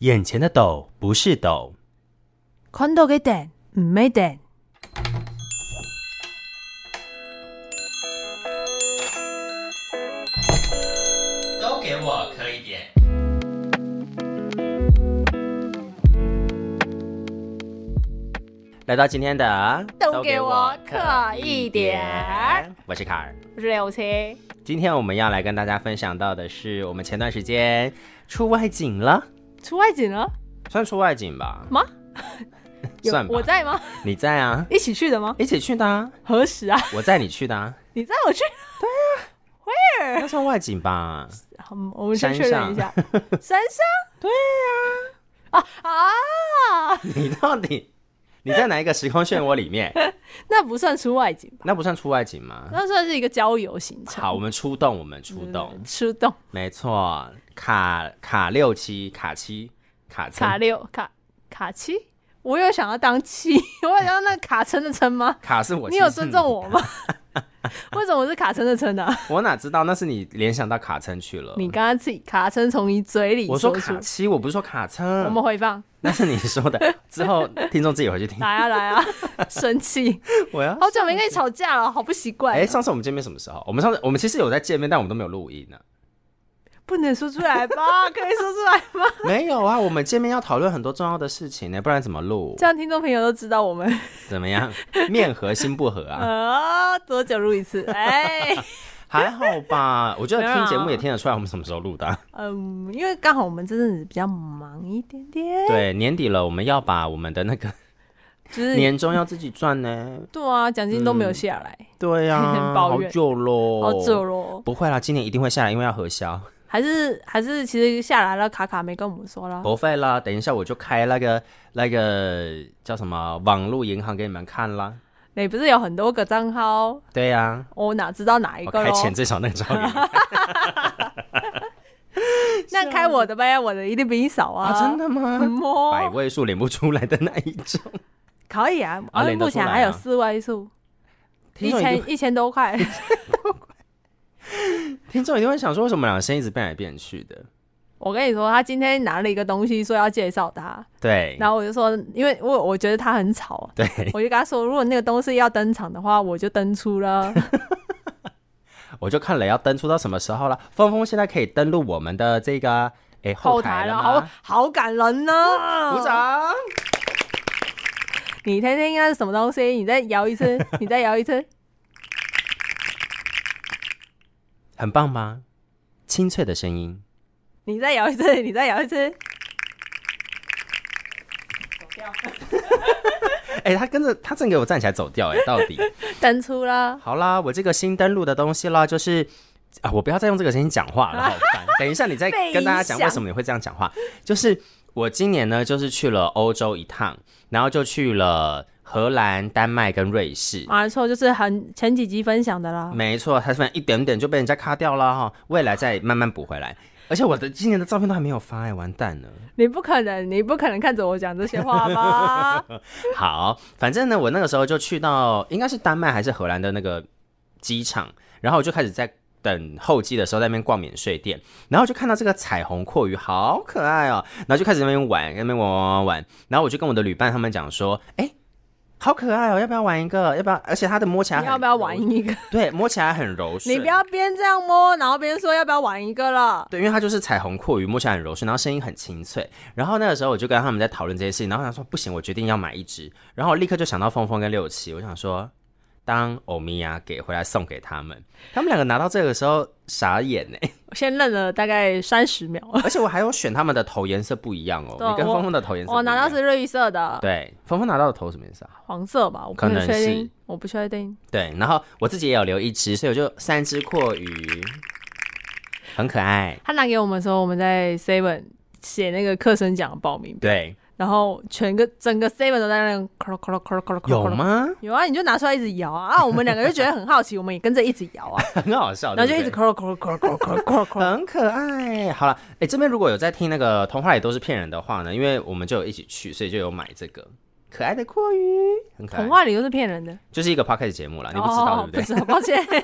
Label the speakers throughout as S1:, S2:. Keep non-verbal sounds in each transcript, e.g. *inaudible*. S1: 眼前的斗不是斗，
S2: 看到嘅蛋唔咩蛋，
S3: 都给我磕一点。来到今天的，
S4: 都给我刻一点。
S3: 我是卡尔，
S4: 我是刘青，
S3: 今天我们要来跟大家分享到的是，我们前段时间出外景了，
S4: 出外景了
S3: 算出外景吧？
S4: 吗？有
S3: 算吧。
S4: 我在吗？
S3: 你在啊，
S4: 一起去的吗？
S3: 一起去的、啊，
S4: 何时啊？
S3: 我在你去的、 *laughs* 啊，
S4: 你载我去？
S3: 那算外景吧？
S4: 好，我们先
S3: 山
S4: 确认
S3: 上
S4: 一下，山上？对呀、啊。啊
S3: 你到底你在哪一个时空漩涡里面？
S4: 那不算出外景吧？
S3: 那不算出外景吗？
S4: 那算是一个郊游行程。
S3: 好，我们出动，我们出动，
S4: 嗯，出动
S3: 没错，卡卡六七卡七卡称
S4: 卡六卡卡七，我有想要当 *laughs* 七，我有想要那个卡称的称吗？
S3: 卡是我，
S4: 你有尊重我？吗？ *laughs* 为什么是卡称的称呢、啊？
S3: 我哪知道？那是你联想到卡称去了。
S4: 你刚刚自己卡称从你嘴里
S3: 我说
S4: 说
S3: 卡
S4: 出，
S3: 七，我不是说卡
S4: 我们
S3: 称，
S4: 回放。
S3: *laughs* 那是你说
S4: *laughs*
S3: 的。之后听众自己回去 *laughs* 听。
S4: 来啊来 *laughs* 啊，生气！
S3: 我要
S4: 好久没跟你吵架了，好不习惯哦。
S3: 哎、上次我们见面什么时候？我们上次我们其实有在见面，但我们都没有录音呢、啊
S4: *laughs* 不能说出
S3: *laughs*
S4: 来吧？可以说出来吗？
S3: 没有啊，我们见面要讨论很多重要的事情呢、不然怎么录
S4: 这？样听众朋友都知道我们
S3: 怎么样？面和心不和
S4: *laughs*
S3: 啊？
S4: 啊多久录一次？哎，
S3: 还好吧？我觉得
S4: 没有
S3: 听节目
S4: 啊
S3: 也听得出来我们什么时候录的啊、
S4: 嗯，因为刚好我们这阵子比较忙一点点，
S3: 对，年底了，我们要把我们的那个
S4: 就是
S3: 年终要自己赚
S4: *laughs*
S3: 呢。
S4: 对啊，奖金都没有下来，
S3: 对呀、
S4: 抱
S3: 好
S4: 怨
S3: 久喽，
S4: 好久咯。
S3: 不会啦，今年一定会下来，因为要核销，
S4: 还是还是其实下来了，卡卡没跟我们说啦。
S3: 不费啦。等一下我就开那个那个叫什么网络银行给你们看啦。
S4: 你不是有很多个账号，
S3: 对呀、
S4: 我哪知道哪一
S3: 我
S4: 个
S3: 哦开
S4: 咯？
S3: 钱最少那个
S4: *laughs*
S3: 照片
S4: 那开我的呗，我的一定比你少啊！
S3: 啊，真的
S4: *laughs*
S3: 吗？
S4: 摸
S3: 百位数领不出来的那一
S4: *laughs*
S3: 种，
S4: 可以啊，
S3: 啊
S4: 而且
S3: 领得
S4: 目
S3: 出
S4: 前
S3: 来
S4: 还有
S3: 啊
S4: 四位数，
S3: 听
S4: 一
S3: 众一定
S4: 千一千
S3: *laughs*
S4: 多块。
S3: 听众一定会想说，为什么两个声音一直变来变去的？
S4: 我跟你说，他今天拿了一个东西说要介绍他，
S3: 对，
S4: 然后我就说，因为我我觉得他很吵，
S3: 对，
S4: 我就跟他说，如果那个东西要登场的话，我就登
S3: *laughs*
S4: 出了。
S3: 我就看了要登出到什么时候了。峰峰现在可以登录我们的这个哎
S4: 后
S3: 台
S4: 台
S3: 了
S4: 了，
S3: 吗
S4: 好？好感人呢、
S3: 鼓！掌。
S4: 你听听啊那是什么东西？你再摇一
S3: *laughs*
S4: 次，你再摇一次，
S3: 很棒吗？清脆的声音，
S4: 你再摇
S3: *laughs*
S4: 一次，你再摇一次。
S3: 哎、他跟着他正给我站起来走掉、哎，到 *laughs* 底？
S4: 登出了，
S3: 好啦，我这个新登录的东西啦，就是啊，我不要再用这个声音讲话 *laughs* 了，好烦。等一下你再
S4: 被
S3: 跟大家讲
S4: 影响
S3: 为什么你会这样讲话。就是我今年呢，就是去了欧洲一趟，然后就去了荷兰、丹麦跟瑞士。
S4: 没错，就是很前几集分享的啦。
S3: 没错，他反正一点点就被人家卡掉了哈，未来再慢慢补回来。而且我的今年的照片都还没有发哎、完蛋了。
S4: 你不可能，你不可能看着我讲这些话
S3: *laughs*
S4: 吧？
S3: 好，反正呢，我那个时候就去到应该是丹麦还是荷兰的那个机场，然后我就开始在等候机的时候在那边逛免税店，然后就看到这个彩虹阔鱼好可爱哦，然后就开始在那边玩，在那边玩玩玩玩，然后我就跟我的旅伴他们讲说，哎、好可爱哦，要不要玩一个？要不要？而且它的摸起来
S4: 你
S3: 很
S4: 要不要
S3: 柔
S4: 玩？一个？
S3: 对，摸起来很柔顺。
S4: 你不要边这样摸，然后边说要不要玩一个了。
S3: 对，因为它就是彩虹阔鱼，摸起来很柔顺，然后声音很清脆。然后那个时候我就跟他们在讨论这些事情，然后他说不行，我决定要买一只。然后我立刻就想到峰峰跟六七，我想说当欧米亚给回来送给他们，他们两个拿到这个时候傻眼呢、 *laughs*
S4: 我先愣了大概三十秒。
S3: 而且我还有选他们的头颜色不一样哦，
S4: 对
S3: 你跟
S4: 我
S3: 峰峰的头颜色不一样
S4: 哦我拿到是绿色的，
S3: 对，峰峰拿到的头什么颜色啊？
S4: 黄色吧？我不
S3: 可能
S4: 确
S3: 是
S4: 定，我不确定。
S3: 对，然后我自己也有留一只，所以我就三只阔鱼，很可爱。
S4: 他拿给我们的时候，我们在 Seven 写那个课程奖报名表， *laughs*
S3: 对，
S4: 然后全个整个 Seven 都在那个咯咯咯咯咯咯
S3: 有？吗？ *laughs*
S4: 有啊，你就拿出来一直摇啊，啊我们两个就觉得很好奇，我们也跟着一直摇
S3: *laughs*
S4: 啊，
S3: 很好笑，
S4: 然后就
S3: 对不对
S4: 一直咯咯咯咯咯咯咯
S3: *laughs*
S4: 咯。
S3: 很可爱。好了，哎、这边如果有在听那个童话也都是骗人的话呢，因为我们就有一起去，所以就有买这个可爱的阔鱼，很可爱
S4: 童，话里都是骗人的，
S3: 就是一个 podcast 节目啦，你不知道、
S4: 哦，
S3: 对不
S4: 知道，抱歉。
S3: *laughs* 对？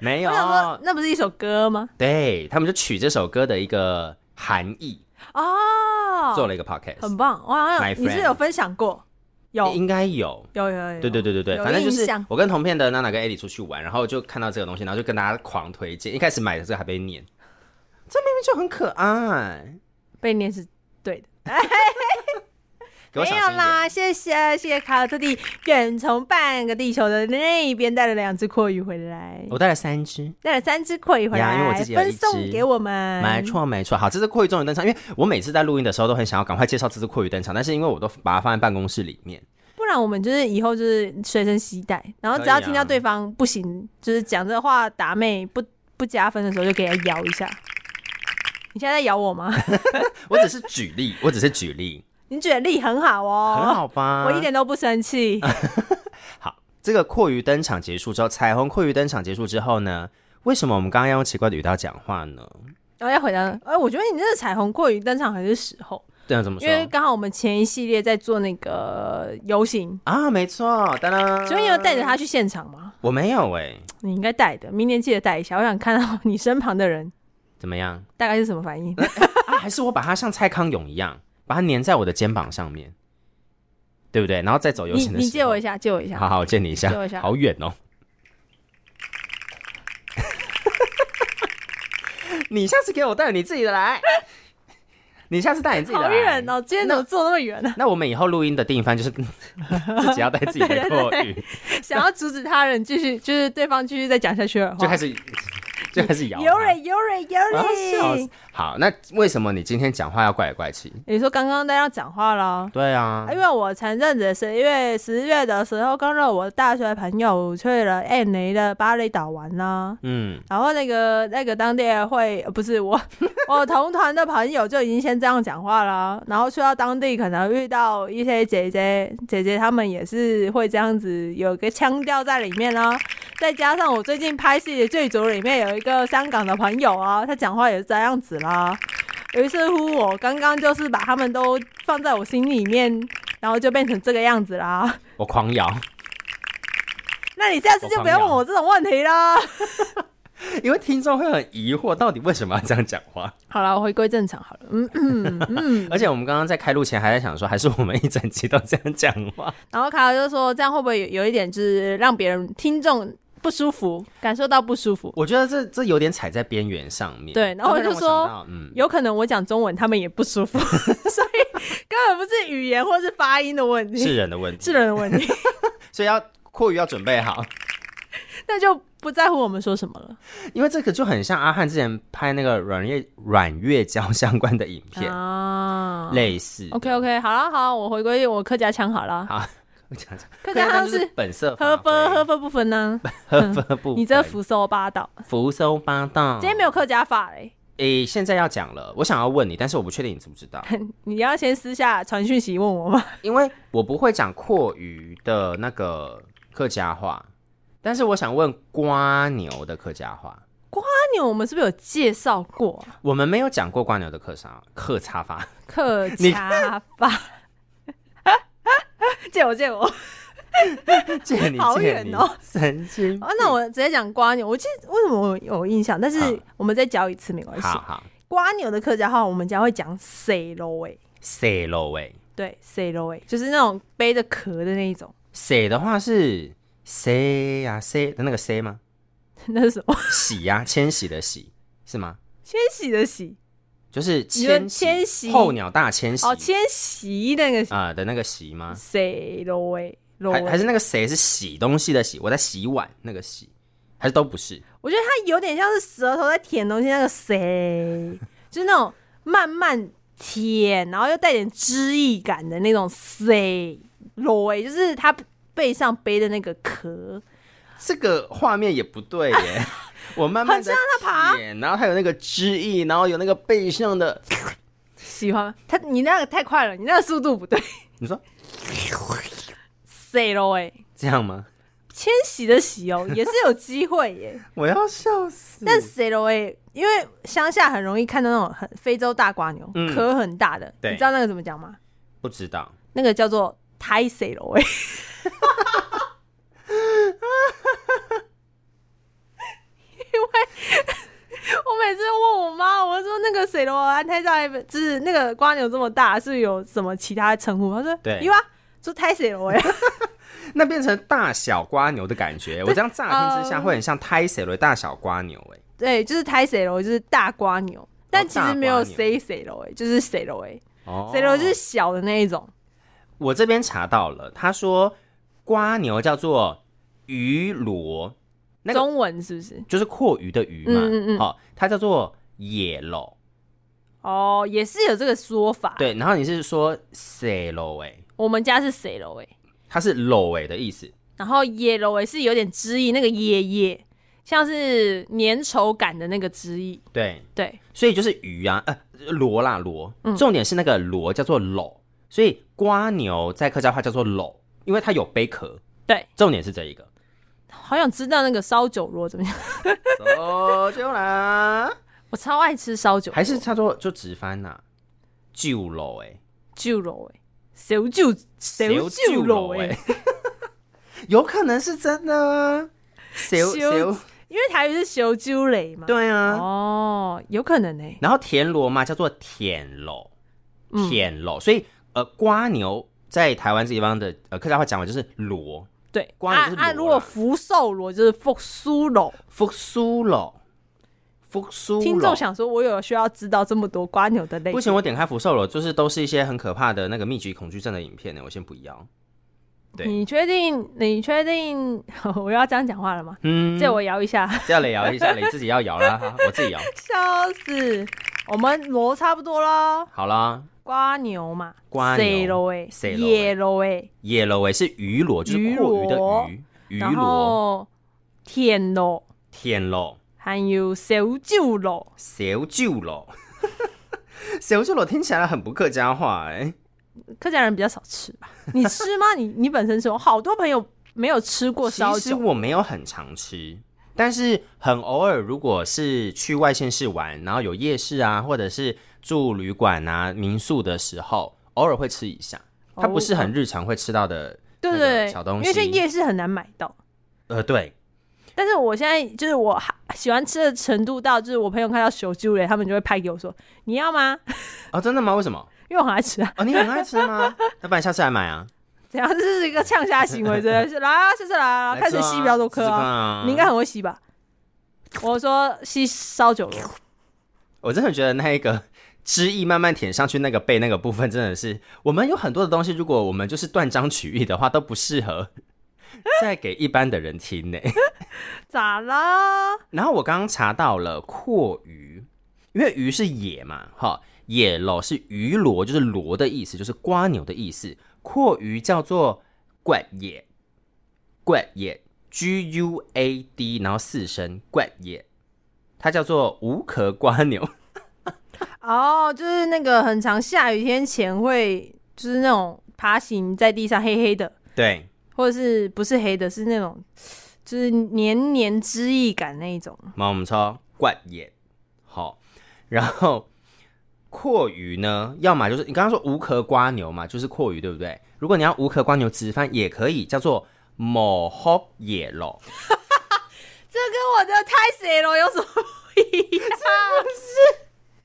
S3: 没有
S4: 我，想说，那不是一首歌吗？
S3: 对他们就取这首歌的一个含义，
S4: 哦，
S3: 做了一个 podcast，
S4: 很棒，我好
S3: My
S4: 像你是
S3: friend
S4: 有分享过，有
S3: 应该有。
S4: 有有有，
S3: 对对对对对，
S4: 有
S3: 反正就
S4: 印
S3: 是
S4: 象
S3: 我跟同片的娜娜跟艾迪出去玩，然后就看到这个东西，然后就跟大家狂推荐。一开始买的时候还被念，这明明就很可爱，
S4: 被念是对的，
S3: 给我
S4: 没
S3: 小
S4: 有
S3: 心一点。
S4: 啦，谢谢谢谢卡尔特地远从半个地球的那一边带了两只阔鱼回来，
S3: 我带了三只，
S4: 带了三只阔鱼回
S3: 哦呀
S4: 来，
S3: 因为我自己有一
S4: 分
S3: 只
S4: 送给我们，
S3: 没错没错。好，这只阔鱼终于登场，因为我每次在录音的时候都很想要赶快介绍这只阔鱼登场，但是因为我都把它放在办公室里面，
S4: 不然我们就是以后就是随身携带，然后只要
S3: 可以啊
S4: 听到对方不行，就是讲这话打妹不不加分的时候，就给他摇一下。你现在在摇我吗？ *laughs*
S3: 我只是举例，我只是举例，
S4: 你举的例很好哦，
S3: 很好啊吧？
S4: 我一点都不生气。
S3: 好，这个阔鱼登场结束之后，彩虹阔鱼登场结束之后呢，为什么我们刚刚要用奇怪的语调讲话呢？
S4: 然后要回答，哎、我觉得你这个彩虹过于登场还是时候，
S3: 对啊，怎么
S4: 因为
S3: 说？
S4: 刚好我们前一系列在做那个游行，
S3: 啊，没错，当当。
S4: 请问你有带着他去现场吗？
S3: 我没有哎、
S4: 你应该带的，明年记得带一下。我想看到你身旁的人
S3: 怎么样？
S4: 大概是什么反
S3: *laughs*
S4: 应。
S3: 啊，还是我把它像蔡康永一样，把它粘在我的肩膀上面，对不对？然后再走游
S4: 你
S3: 行的
S4: 你借我一
S3: 下，
S4: 下，借我一下。
S3: 好好，我借你一下，
S4: 借我一下
S3: 好远哦。 *laughs* 你下次给我带你自己的来，你下次带你自己的来。
S4: 好远哦！今天怎么坐那么远呢、啊
S3: *laughs* 那我们以后录音的定番就是自己要带自己的
S4: *laughs*
S3: 阔语，
S4: 想要阻止他人继续，就是对方继续再讲下去的话，
S3: 就开始就开始摇它。
S4: 有蕊有蕊有
S3: 啊笑
S4: 蕊
S3: 死。好，那为什么你今天讲话要怪里怪气？
S4: 你说刚刚大家讲话了。
S3: 对啊
S4: 啊因为我前阵子十一月、十月的时候，跟着我大学朋友去了印尼的巴厘岛玩啊啦、
S3: 嗯，
S4: 然后那个那个当地的会、呃不是我， *laughs* 我同团的朋友就已经先这样讲话啦。然后去到当地，可能遇到一些姐姐姐姐，她们也是会这样子，有个腔调在里面啦。再加上我最近拍戏的剧组里面有一个香港的朋友啊，他讲话也是这样子啦。于是乎，我刚刚就是把他们都放在我心里面，然后就变成这个样子啦。
S3: 我狂摇， *laughs*
S4: 那你下次就不要问我这种问题啦。
S3: 因为听众会很疑惑，到底为什么要这样讲话？
S4: 好了，我回归正常好了。嗯嗯嗯。
S3: 而且我们刚刚在开录前还在想说，还是我们一整集都这样讲话？
S4: 然后卡尔就说，这样会不会有有一点就是让别人听众不舒服，感受到不舒服？
S3: 我觉得这这有点踩在边缘上面。哦
S4: 对然后我就
S3: 这会让
S4: 说
S3: 想到，嗯，
S4: 有可能我讲中文，他们也不舒 *laughs* 服，所以根本不是语言或是发音的问题，
S3: 是人的问题，
S4: 是人的问 *laughs* 题。
S3: 所以要阔语要准备好。
S4: 那就不在乎我们说什么了。
S3: 因为这个就很像阿汉之前拍那个软月软月娇相关的影片，
S4: 啊
S3: 类似。 *laughs*
S4: OK OK，好了好，我回归我客家腔好了。
S3: 好，我讲讲，
S4: 客家
S3: 腔
S4: 腔
S3: 就是本色
S4: 呵
S3: 发
S4: 呵
S3: 挥
S4: 呵呵不分呢、
S3: 呵呵不分，
S4: 你这福寿八道，
S3: 福州八道。
S4: 今天没有客家法嘞、
S3: 诶、现在要讲了，我想要问你，但是我不确定你知不知
S4: *laughs*
S3: 道，
S4: 你要先私下传讯息问我吗？
S3: 因为我不会讲阔鱼的那个客家话，但是我想问瓜牛的客家话。
S4: 那年我们是不是有介绍过啊、
S3: 我们没有讲过瓜牛的客家客家
S4: *laughs*
S3: 话，
S4: 客家法？ *laughs* 借我借我、
S3: 借你
S4: 好
S3: 借
S4: 远
S3: 你，
S4: 哦
S3: 神经。
S4: 啊！那我直接讲瓜牛，我记得为什么我有印象，但是
S3: 好
S4: 我们再教一次没关系。
S3: 好好
S4: 瓜牛的客家话，我们家会讲 C 喽喂，
S3: ，say 喽喂
S4: 对 C 喽喂，就是那种背着壳的那一种， *laughs*
S3: ，say 的话是 say 呀、say 的那个 say 吗？
S4: 那是什么？ *laughs*
S3: 洗呀、 *laughs* 迁徙的徙是吗？
S4: 千禧的禧
S3: 就是
S4: 你说
S3: 迁徙
S4: 迁徙
S3: 候鸟大迁徙
S4: 哦，千禧那个
S3: 啊、的那个席吗？
S4: C 喽喂喽
S3: 还还
S4: 喂，
S3: 是那个谁是洗东西的洗？我在洗碗那个洗，还是都不是？
S4: 我觉得它有点像是舌头在舔东西那个 C，就是那种慢慢舔，然后又带点汁意感的那种 C 喽喂，就是它背上背的那个壳，
S3: 这个画面也不对
S4: *laughs*
S3: 耶。我慢慢的
S4: 它爬
S3: 然后它有那个汁液，然后有那个背上的，
S4: 喜欢吗它。你那个太快了，你那个速度不对
S3: 你说
S4: ，C 喽喂。
S3: 这样吗？
S4: 千禧欸的禧哦，也是有机会
S3: *laughs*
S4: 耶。
S3: 我要笑死！
S4: 但 C 罗 A，因为乡下很容易看到那种很非洲大瓜牛，
S3: 嗯
S4: 壳很大的，
S3: 对
S4: 你知道那个怎么讲吗？
S3: 不知道，
S4: 那个叫做胎 C 罗 A。因为我每次问我妈，我就说那个个水螺安泰在，就是那个瓜牛这么大，是不是有什么其他称呼？他说
S3: 对
S4: 有啊，说胎水
S3: *laughs*
S4: 螺哎，
S3: 那变成大小瓜牛的感觉。我这样乍听之
S4: 呃
S3: 下会很像胎水的大小瓜牛哎、
S4: 对，就是胎水螺，就是大瓜牛，但其
S3: 大
S4: 实
S3: 瓜
S4: 没有
S3: 哦牛
S4: C 水螺哎，就是水螺哎，
S3: 哦
S4: 水螺就是小的那一种。
S3: 我这边查到了，他说瓜牛叫做鱼螺，那个
S4: 中文是不是？
S3: 就是阔鱼的鱼嘛，好、
S4: 嗯嗯嗯
S3: 它叫做野螺。
S4: 哦，也是有这个说法。，
S3: 对，然后你是说水螺哎，
S4: 我们家是水螺哎，
S3: 它是螺哎的意思。
S4: 然后野螺哎是有点汁意，那个耶耶像是粘稠感的那个汁意。
S3: 对，
S4: 对，
S3: 所以就是鱼啊，呃，螺啦螺，
S4: 嗯
S3: 重点是那个螺叫做篓，所以瓜牛在客家话叫做篓，因为它有贝壳。
S4: 对，
S3: 重点是这一个。
S4: 好想知道那个烧酒螺怎么样， *laughs* 哦
S3: 走就啦，
S4: 我超爱吃烧酒螺，
S3: 还是叫做就直翻呐、旧篓哎，
S4: 酒螺哎，烧酒烧酒欸螺
S3: 篓
S4: 哎，，
S3: *laughs* 有可能是真的啊。烧
S4: 烧
S3: 烧，
S4: 因为台语是烧酒雷嘛。，
S3: 对啊，
S4: 哦，有可能哎，
S3: 然后田螺嘛叫做田螺，
S4: 嗯
S3: 田螺，所以呃，瓜牛在台湾这地方的呃客家话讲法就是螺，
S4: 对，
S3: 光
S4: 啊
S3: 就是
S4: 啊，
S3: 螺
S4: 如果
S3: 啦
S4: 福寿螺就是福苏螺。
S3: 复苏螺，复苏
S4: 听
S3: 螺
S4: 众。想说，我有需要知道这么多瓜牛的类
S3: 不
S4: 型？
S3: 行，我点开福寿螺，就是都是一些很可怕的那个密集恐惧症的影片呢，我先不要。对
S4: 你确定？你确定 *laughs* 我要这样讲话了吗？
S3: 嗯，
S4: 借我摇一下，
S3: 这要来摇一下，你自己要摇啦，
S4: *laughs*
S3: 哈我自己摇。
S4: 笑死！我们罗差不多咯，
S3: 好啦，
S4: 瓜牛嘛，
S3: 瓜牛
S4: 螺哎，
S3: 水螺
S4: 野螺哎，
S3: 野螺诶是鱼螺，就是
S4: 鱼
S3: 阔鱼
S4: 螺
S3: 的鱼，鱼
S4: 然
S3: 螺、
S4: 后天螺，
S3: 田螺、
S4: 还有小酒螺，
S3: 小酒螺。 *laughs* 小酒螺听起来很不客家话哎、
S4: 客家人比较少吃
S3: *laughs*
S4: 吧？你吃吗？你你本身吃？我好多朋友没有吃过烧
S3: 其实
S4: 酒，
S3: 我没有很常吃，但是很偶尔，如果是去外县市玩，然后有夜市啊，或者是住旅馆啊、民宿的时候，偶尔会吃一下。它不
S4: 哦
S3: 是很日常会吃到的，
S4: 对
S3: 那
S4: 对
S3: 个
S4: 对，
S3: 小东
S4: 因
S3: 西
S4: 为现在夜市很难买到。
S3: 呃，对，
S4: 但是我现在就是我 *laughs* 还喜欢吃的程度到，就是我朋友看到小猪嘞，他们就会拍给我说你要吗？
S3: 哦，真的吗？为什么？
S4: 因为我很爱吃啊，
S3: 哦，你很爱吃吗？那不然下次来买
S4: *laughs*
S3: 啊，
S4: 怎样？这是一个呛虾行为，真的是来啊，下次来啊，
S3: 来
S4: 看
S3: 吃
S4: 谁
S3: 啊
S4: 吸比较多
S3: 吃
S4: 颗
S3: 吃看
S4: 啊！
S3: 啊！
S4: *laughs* 你应该，很会吸吧？我说吸烧酒螺，
S3: 我真的觉得那一个汁液慢慢舔上去那个背那个部分，真的是我们有很多的东西，如果我们就是断章取义的话，都不适合 *laughs* 再给一般的人听呢、
S4: 咋啦？
S3: 然后我刚刚查到了阔鱼，因为鱼是野嘛，哈，野咯是鱼螺，就是螺的意思，就是瓜牛的意思。阔鱼叫做怪野，怪野 G U A D，然后四声怪野，它叫做无壳瓜牛。
S4: 哦，就是那个很常下雨天前会，就是那种爬行在地上黑黑的，
S3: 对，
S4: 或者是不是黑的，是那种 *sniffs* 就是黏黏汁液感那一种。
S3: 毛我们说怪野，好，然后阔鱼呢，要么就是你刚刚说无壳瓜牛嘛，就是阔鱼，对不对？如果你要无壳瓜牛直翻也可以，叫做某吼野咯，
S4: 这跟我的太水了有什么不 *laughs* 一样？是，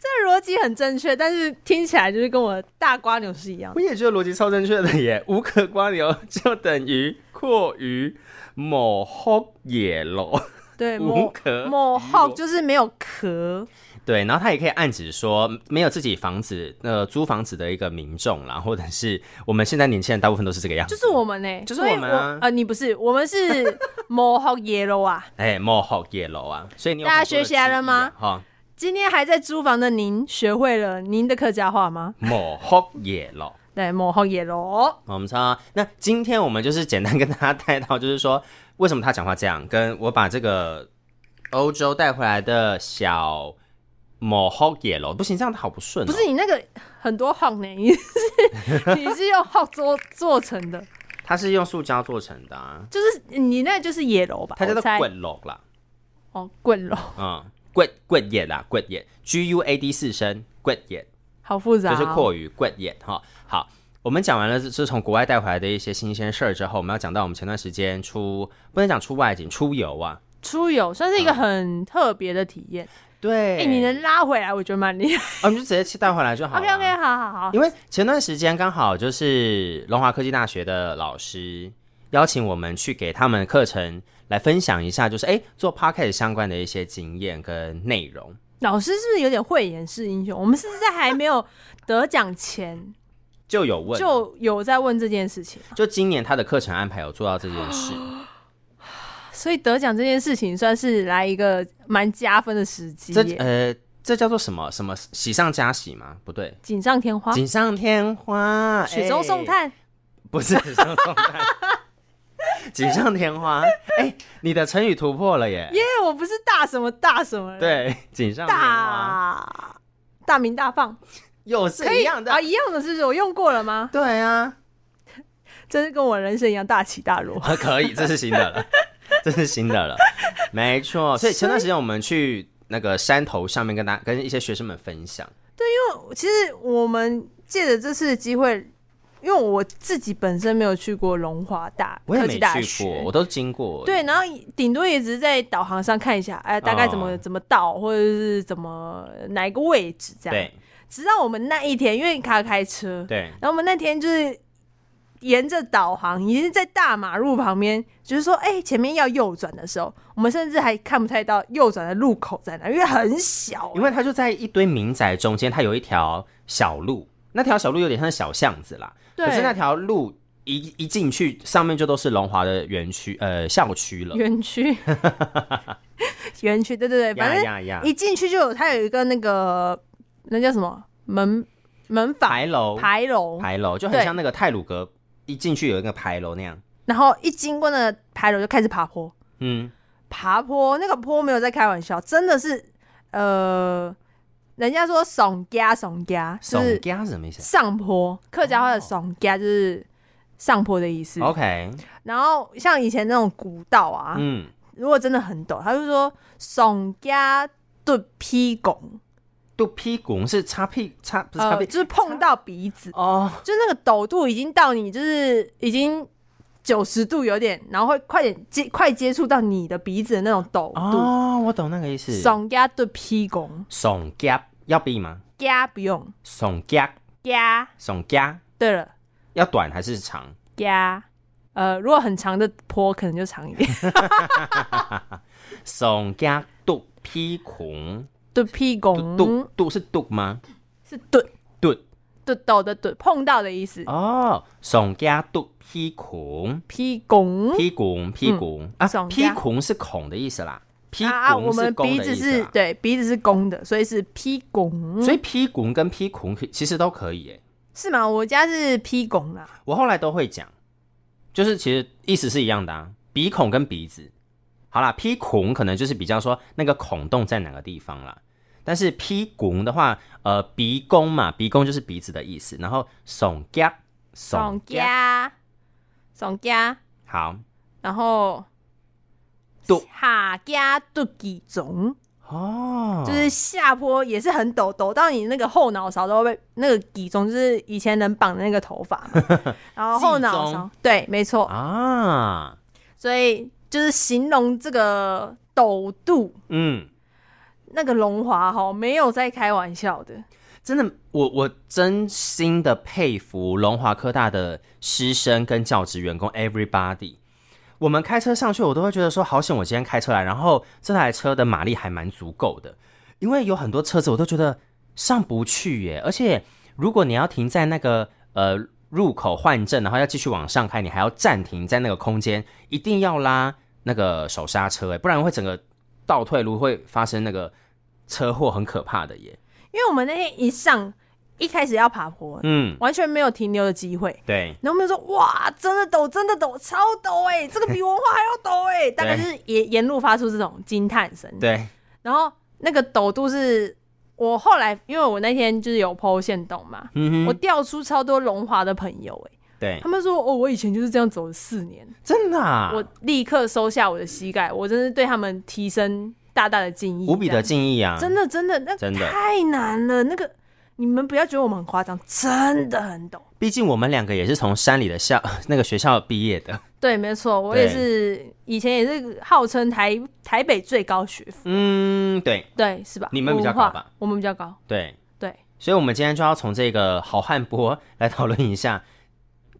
S4: 这逻辑很正确，但是听起来就是跟我的大瓜牛是一样
S3: 我
S4: 的。
S3: 也觉得逻辑超正确的耶，无壳瓜牛就等于阔鱼某吼野咯，
S4: 对，
S3: 无
S4: 某
S3: 壳
S4: 某号
S3: 鱼
S4: 就是没有壳，
S3: 对，然后他也可以暗指说没有自己房子呃租房子的一个民众啦，或者是我们现在年轻人大部分都是这个样子，
S4: 就是我们呢、欸，
S3: 就是
S4: 所以
S3: 我们啊
S4: 呃，你不是，
S3: *laughs*
S4: 我们是某号耶喽啊。
S3: 哎，莫好野楼啊，所以你有
S4: 大家
S3: 很多的
S4: 学起来了吗
S3: 记忆啊？哈，
S4: 今天还在租房的您，学会了您的客家话吗？
S3: 莫好野楼。
S4: 对，某号耶喽。
S3: *laughs* 我们知道，那今天我们就是简单跟大家带到，就是说为什么他讲话这样，跟我把这个欧洲带回来的小莫好野楼，不行，这样好不顺、哦。
S4: 不是，你那个很多号呢， *laughs* 你是你是用号做做成的，
S3: 它是用塑胶做成的、啊，
S4: 就是你那就是野楼吧？
S3: 它叫
S4: 哦我
S3: 做
S4: 猜
S3: 滚楼啦，
S4: 哦，滚楼，
S3: 嗯，滚滚野啦，滚野，G U A D 四声，滚野。
S4: 好复杂、哦。
S3: 就是阔语 g 眼哈。好，我们讲完了是从国外带回来的一些新鲜事儿之后，我们要讲到我们前段时间出不能讲出外景出游啊，
S4: 出游算是一个很特别的体验。
S3: 对，
S4: 哎、你能拉回来，我觉得蛮厉害。
S3: 哦，你啊就直接去带回来就好了。
S4: OK OK，好好好。
S3: 因为前段时间刚好就是龙华科技大学的老师邀请我们去给他们课程来分享一下，就是哎做 p o c k e t 相关的一些经验跟内容。
S4: 老师是不是有点慧眼识英雄？我们是不是在还没有得奖前
S3: 就有问，就
S4: 就有在问这件事情，
S3: 就今年他的课程安排有做到这件事，
S4: 哦所以得奖这件事情算是来一个蛮加分的时机
S3: 这
S4: 耶，
S3: 呃这叫做什么什么喜上加喜吗？不对，
S4: 锦上添花，
S3: 锦上添花，
S4: 雪中送
S3: 哎
S4: 炭。
S3: 不是锦上送炭， *laughs* 锦上添花。哎、你的成语突破了耶！
S4: 耶、我不是大什么大什么人，
S3: 对，锦上添花
S4: 大大名大放，
S3: 又是
S4: 可以
S3: 一样的
S4: 啊，。一样的是不是？我用过了吗？
S3: 对啊，
S4: 真是跟我人生一样大起大落。
S3: 啊可以，这是新的了，这是新的了，没错。所以前段时间我们去那个山头上面跟大跟一些学生们分享，
S4: *laughs* 其实我们借着这次的机会，因为我自己本身没有去过龙华大
S3: 我也
S4: 科
S3: 没
S4: 技大
S3: 去过，
S4: 学
S3: 我，都经过。
S4: 对，然后顶多也只是在导航上看一下，哎，大概怎么、
S3: 哦
S4: 怎么到，或者是怎么哪一个位置这样。
S3: 对
S4: 直到我们那一天，因为他开车，
S3: 对
S4: 然后我们那天就是沿着导航，已经在大马路旁边，就是说，哎、前面要右转的时候，我们甚至还看不太到右转的路口在哪，因为很小、欸
S3: 因为它就在一堆民宅中间，它有一条小路，那条小路有点像小巷子啦。
S4: 对
S3: 可是那条路一一进去，上面就都是龙华的园区呃校区了。*laughs*
S4: 园区，园区，对对对，反正
S3: 呀呀呀！
S4: 一进去就有，它有一个那个那叫什么门门法
S3: 牌楼
S4: 牌楼，
S3: 牌楼就很像那个泰鲁阁，一进去有一个牌楼那样。
S4: 然后一经过那个牌楼就开始爬坡，
S3: 嗯，
S4: 爬坡，那个坡没有在开玩笑，真的是，呃，人家说耸家耸家，就
S3: 耸
S4: 是
S3: 家哦是什么意思
S4: 上坡，客家话的耸家就是上坡的意思。
S3: ？OK，
S4: 然后像以前那种古道啊，
S3: 嗯，
S4: 如果真的很陡，他就说耸家对劈拱，
S3: 肚屁股是擦屁擦不是擦
S4: 呃，
S3: 屁
S4: 就是碰到鼻子，
S3: 哦，
S4: 就是那个陡度已经到你就是已经。九十度有点，然后会快点接快接触到你的鼻子的那种陡度，
S3: 哦，我懂那个意思。
S4: 耸家对劈拱，
S3: 耸家要闭吗？
S4: 家不用，
S3: 耸家
S4: 加。
S3: 耸家
S4: 对了，
S3: 要短还是长？
S4: 加，呃，如果很长的坡可能就长一
S3: *laughs*
S4: 点。
S3: 耸家肚屁股，
S4: 对屁
S3: 肚
S4: 拱
S3: 肚肚是肚吗？
S4: 是蹲
S3: 肚
S4: 对抖的蹲碰到的意思。
S3: 哦，耸家肚屁股，
S4: 屁拱
S3: 屁股屁股啊
S4: 耸，
S3: 屁
S4: 嗯家
S3: 股是孔的意思啦。屁
S4: 啊啊，
S3: 股
S4: 我
S3: 是
S4: 们
S3: 弓
S4: 鼻
S3: 的意
S4: 子
S3: 思
S4: 是
S3: 啦。
S4: 对嗯鼻子是弓的，所以是屁拱，
S3: 所以屁股跟屁股其实都可以耶。
S4: 是吗？我家是啊屁拱啦，
S3: 我后来都会讲，就是其实意思是一样的啊，鼻孔跟鼻子。好啦，屁孔可能就是比较说那个孔洞在哪个地方啦。但是屁股的话，呃，鼻弓嘛，鼻弓就是鼻子的意思。然后耸夹，耸
S4: 耸，家耸家，
S3: 好
S4: 然后
S3: 肚
S4: 下家肚几种，
S3: 哦，
S4: 就是下坡也是很陡，陡到你那个后脑勺都会被那个底中，就是以前人绑的那个头发嘛，
S3: *laughs*
S4: 然后后脑
S3: 髻
S4: 勺
S3: 中，
S4: 对，没错，
S3: 啊，
S4: 所以就是形容这个陡度，
S3: 嗯，
S4: 那个龙华哈，没有在开玩笑的，
S3: 真的，我我真心的佩服龙华科大的师生跟教职员工 everybody。我们开车上去，我都会觉得说好险，我今天开车来，然后这台车的马力还蛮足够的，因为有很多车子我都觉得上不去耶，而且如果你要停在那个呃入口换证，然后要继续往上开，你还要暂停在那个空间，一定要拉那个手刹车，哎，不然会整个倒退路会发生那个车祸，很可怕的耶。
S4: 因为我们那天一上，一开始要爬坡，
S3: 嗯，
S4: 完全没有停留的机会。
S3: 对，
S4: 然后我们就说哇，真的陡，真的陡，超陡哎、这个比文化还要陡哎、大概就是沿沿路发出这种惊叹声。
S3: 对，
S4: 然后那个抖度是我后来，因为我那天就是有 PO 线动嘛，
S3: 嗯
S4: 我
S3: 哼，
S4: 调出超多龙华的朋友、欸，
S3: 对
S4: 他，们说哦，我以前就是这样走了四年，
S3: 真的、啊，
S4: 我立刻收下我的膝盖，我真是对他们提升大大的敬意，
S3: 无比的
S4: 这样，
S3: 敬意啊，
S4: 真的真的，那
S3: 真的
S4: 太难了，那个你们不要觉得我们很夸张，真的很懂。
S3: 毕竟我们两个也是从山里的校 *laughs* 那个学校毕业的，
S4: 对，没错，我
S3: 对
S4: 也是以前也是号称台台北最高学府，
S3: 嗯，对
S4: 对，是吧？
S3: 你们比较
S4: 文化
S3: 高吧？
S4: 我们比较高，
S3: 对，
S4: 对，
S3: 所以我们今天就要从这个好汉波 *laughs* 来讨论一下，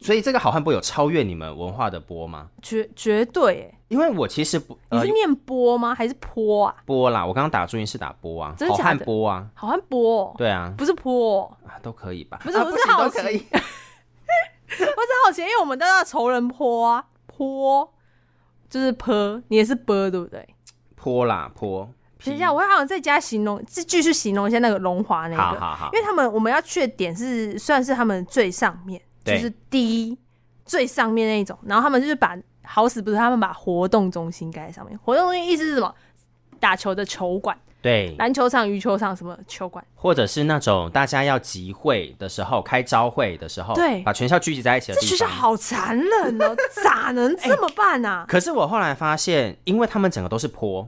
S3: 所以这个好汉波有超越你们文化的波吗？
S4: 绝绝对欸耶。
S3: 因为我其实不
S4: 你
S3: 呃
S4: 是念波吗？还是坡啊？
S3: 波啦，我刚刚打注音是打波啊，
S4: 真的
S3: 好
S4: 假的
S3: 汉波啊，
S4: 好像波哦、
S3: 对啊，
S4: 不是坡哦、
S3: 啊都可以吧？
S4: 不是
S3: 啊
S4: 我是
S3: 行
S4: 好
S3: 都
S4: 奇
S3: 可以， *laughs*
S4: 我只好奇，因为我们都叫仇人坡啊，坡就是坡，你也是坡对不
S3: 嗯
S4: 对？
S3: 波啦波，
S4: 等一下，我好像再加形容，再继续形容一下那个龙华那个，
S3: 好好好
S4: 因，为他们我们要去的点是算是他们最上面，就
S3: 对
S4: 是第一最上面那一种，然后他们就是把好死不死，他们把活动中心盖在上面。活动中心意思是什么？打球的球馆，
S3: 对，
S4: 篮球场、羽球场什么球馆，
S3: 或者是那种大家要集会的时候，开招会的时候，
S4: 对
S3: 把全校聚集在一起的
S4: 这
S3: 地方。
S4: 学校好残
S3: *laughs*
S4: 忍哦，咋能这么办啊？
S3: 可是我后来发现，因为他们整个都是坡，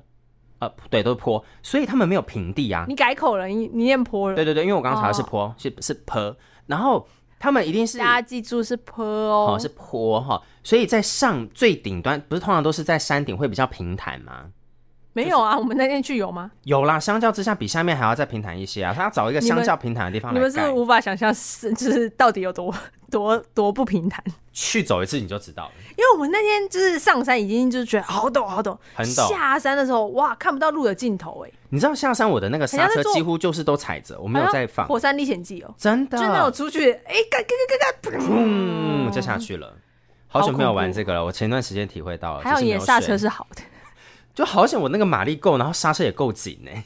S3: 呃，对，都是坡，所以他们没有平地啊。
S4: 你改口了，你你念坡了，
S3: 对对对，因为我刚刚查的是
S4: 哦
S3: 坡，是是坡，然后他们一定是
S4: 大家记住是坡
S3: 哦
S4: 哦，
S3: 是坡哈、所以在上最顶端，不是通常都是在山顶会比较平坦吗？
S4: 没有啊？我们那天去有吗？
S3: 有啦，相较之下比下面还要再平坦一些啊。他要找一个
S4: 你们
S3: 相较平坦的地方
S4: 你
S3: 来
S4: 们是不
S3: 盖
S4: 是，无法想象是就是到底有多多多不平坦？
S3: 去走一次你就知道了。
S4: 因为我们那天就是上山已经就是觉得好陡好陡，
S3: 很陡
S4: 下山的时候哇看不到路的尽头哎、
S3: 你知道下山我的那个刹
S4: 很像
S3: 车
S4: 在做
S3: 几乎就是都踩着，我没
S4: 好
S3: 有
S4: 像
S3: 在放，
S4: 火山历险记》哦，
S3: 真的，
S4: 就是那种出去哎干干干干干，
S3: 嗯，就下去了。好久没有玩
S4: 恐怖
S3: 这个了，我前段时间体会到了。
S4: 还好
S3: 哦就是
S4: 你
S3: 没有
S4: 的刹
S3: 水
S4: 车是好
S3: *laughs*
S4: 的。
S3: 就好险我那个马力够，然后刹车也够紧欸呢，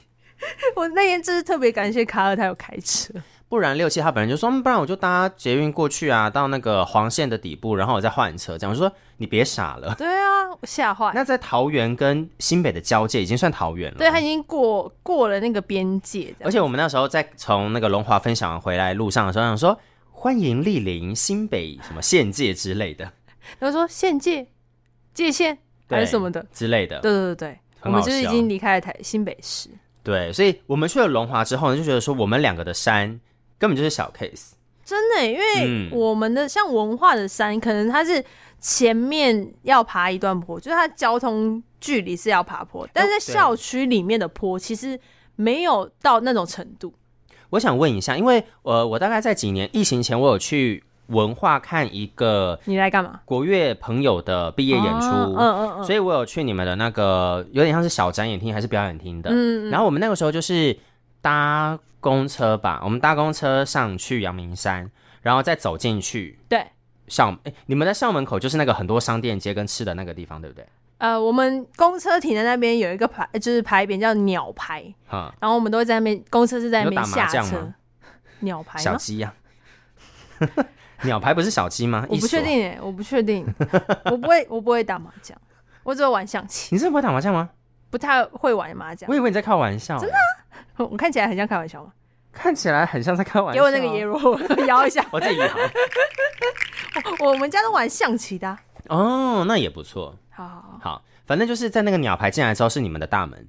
S4: 我那天真是特别感谢卡尔他有开
S3: *laughs*
S4: 车，
S3: 不然六七他本人就说，嗯不然我就搭捷运过去啊，到那个黄线的底部，然后我再换车。这样我说你别傻了。
S4: 对啊，我吓坏。
S3: 那在桃园跟新北的交界已经算桃园了，
S4: 对他已经过过了那个边界，这样
S3: 啊而且我们那时候在从那个龙华分享回来路上的时候，想说欢迎莅临新北什么县界之类的，
S4: 然后说限界、界限还
S3: 对
S4: 是什么的，
S3: 之类的，
S4: 对对对对，我
S3: 呃很好
S4: 们就是已
S3: 笑
S4: 经离开了台新北市，
S3: 对，所以我们去了龙华之后呢，就觉得说我们两个的山根本就是小 case。
S4: 真的耶，因为
S3: 嗯
S4: 我们的像文化的山，可能它是前面要爬一段坡，就是它交通距离是要爬坡，但是在
S3: 哦对
S4: 校区里面的坡其实没有到那种程度，
S3: 我想问一下，因为呃，我大概在几年疫情前，我有去文化看一个
S4: 你来干嘛？
S3: 国乐朋友的毕业演出，
S4: 哦嗯嗯嗯，
S3: 所以我有去你们的那个有点像是小展演厅还是表演厅的。
S4: 嗯嗯
S3: 然后我们那个时候就是搭公车吧，我们搭公车上去阳明山，然后再走进去
S4: 对，
S3: 校，哎、你们在校门口就是那个很多商店街跟吃的那个地方，对不对？
S4: 呃，我们公车停在那边有一个牌，就是牌匾叫鸟牌，
S3: 哈、
S4: 然后我们都会在那边，公车是在那
S3: 你有
S4: 边
S3: 打麻
S4: 下
S3: 将
S4: 车
S3: 吗。
S4: 鸟牌
S3: 小
S4: 吗？
S3: 鸡呀、 *laughs* 鸟牌不是小鸡吗？
S4: 我不确
S3: 一所。
S4: 定哎，我不
S3: *laughs*
S4: 确定，我不会，我不会打麻将，我只会玩象棋，
S3: 你真的不会打麻将吗？
S4: 不太会玩麻将
S3: 我。以为你在开玩笑，真的、
S4: 啊我看起来很像开玩笑吗？
S3: 看起来很像在开玩
S4: 给
S3: 笑。哦
S4: 我那个椰，肉摇
S3: *laughs*
S4: 一下。
S3: 我自己
S4: *laughs*
S3: 摇。
S4: 我们家都玩象棋的啊、
S3: 哦，那也不错。
S4: 好好好，
S3: 好，反正就是在那个鸟牌进来之后是你们的大门，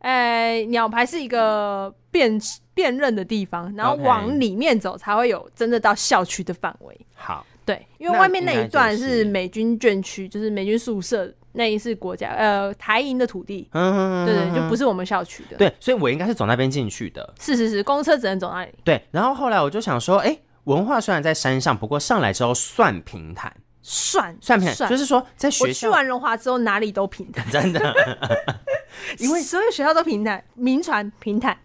S4: 哎、鸟牌是一个辨辨认的地方，然后
S3: OK
S4: 往里面走才会有真的到校区的范围。
S3: 好，
S4: 对，因为
S3: 那
S4: 外面那
S3: 应该
S4: 一
S3: 就
S4: 段
S3: 是
S4: 是美军眷区，就是美军宿舍，那一是国家呃台营的土地，
S3: 嗯，
S4: 对对，就不是我们校区的。，
S3: 对，所以我应该是走那边进去的。
S4: 是是是，公车只能走那里，
S3: 对，然后后来我就想说，哎，文化虽然在山上，不过上来之后算平坦，
S4: 算
S3: 算平坦，
S4: 算。
S3: 就是是说在
S4: 我
S3: 学
S4: 去
S3: 校
S4: 完龙华之后，哪里都平 *laughs*
S3: *laughs*
S4: 坦，
S3: 真的
S4: 因为所有学校都平坦，民传平坦，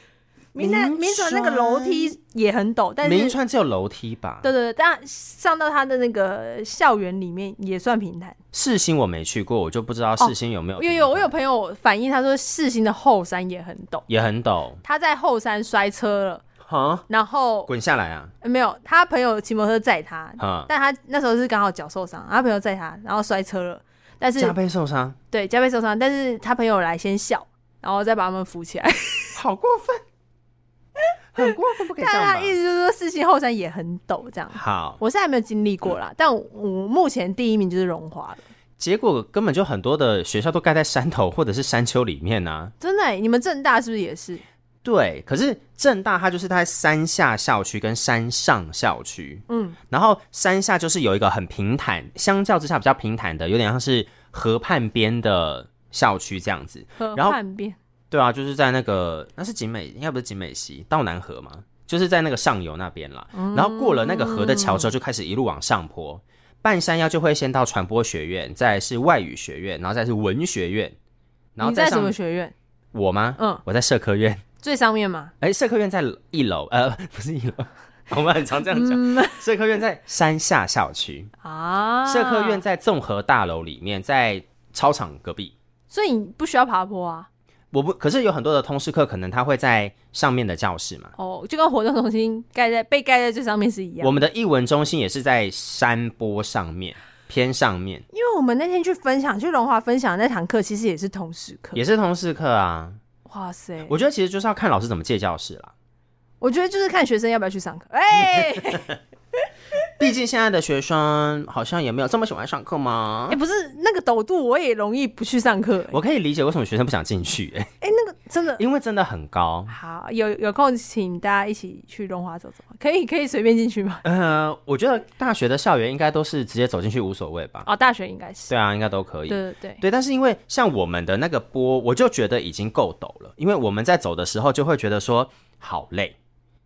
S4: *laughs* 民传
S3: 民
S4: 民传那个
S3: 传
S4: 楼梯也很陡，但
S3: 明
S4: 是
S3: 川只有楼梯吧？
S4: 对对对，但上到他的那个校园里面也算平坦。
S3: 世新我没去过，我就不知道世新有没有
S4: 哦有
S3: 平坦。
S4: 有，我有朋友反映，他说世新的后山也很陡，
S3: 也很陡，
S4: 他在后山摔车了，
S3: 哈，
S4: 然后、
S3: 滚下来啊，
S4: 呃没有他朋友骑摩托车载他，
S3: 哈，
S4: 但他那时候是刚好脚受伤，他朋友载他，然后摔车了，但是
S3: 加倍受伤，
S4: 对加倍受伤，但是他朋友来先笑。然后再把他们扶起来。
S3: 好过 *laughs* 分，很过分，不可以
S4: 但
S3: 这样
S4: 他
S3: 吧
S4: 意？思就是说，世新后山也很陡，这样。
S3: 好，
S4: 我是还没有经历过啦，但我我目前第一名就是荣华了。
S3: 结果根本就很多的学校都盖在山头或者是山丘里面呐、啊
S4: 真的欸、你们正大是不是也是？
S3: 对，可是正大它就是它在山下校区跟山上校区，
S4: 嗯，
S3: 然后山下就是有一个很平坦，相较之下比较平坦的，有点像是河畔边的校区这样子。
S4: 河
S3: 然后
S4: 畔边
S3: 对啊，就是在那个那是景美，应该不是景美溪，道南河嘛，就是在那个上游那边啦。
S4: 嗯
S3: 然后过了那个河的桥之后，就开始一路往上坡。半山腰就会先到传播学院，再来是外语学院，然后再是文学院，然后
S4: 你在什
S3: 上
S4: 么学院？
S3: 我吗？
S4: 嗯，
S3: 我在社科院。
S4: 最上面嘛。
S3: 哎，社科院在一楼，呃，不是一楼，我们很常这样讲。社科院在山下校区，
S4: 嗯啊，
S3: 社科院，在综合大楼里面，在操场隔壁。
S4: 所以你不需要爬坡啊。
S3: 我不，可是有很多的通识课，可能他会在上面的教室嘛。
S4: 哦，就跟活动中心盖在被盖在最上面是一样。
S3: 我们的艺文中心也是在山坡上面，偏上面，
S4: 因为我们那天去分享，去龙华分享的那堂课，其实也是同时课。
S3: 也是通识课啊。
S4: 哇塞！
S3: 我觉得其实就是要看老师怎么借教室啦。
S4: 我觉得就是看学生要不要
S3: *laughs*
S4: 去上课。哎、
S3: 毕竟现在的学生好像也没有这么喜欢上课嘛
S4: 哎、。不是那个抖度，我也容易不去上课、哎
S3: 我可以理解为什么学生不想进去、 *laughs* 欸
S4: 哎、那个真的
S3: 因为真的很高。
S4: 好，有有空请大家一起去龙华走走，可以可以随便进去吗？
S3: 呃，我觉得大学的校园应该都是直接走进去无所谓吧？
S4: *laughs* 哦，大学应该是。
S3: 对啊，应该都可以。
S4: 对对对，
S3: 对，但是因为像我们的那个坡，我就觉得已经够陡了，因为我们在走的时候就会觉得说好累。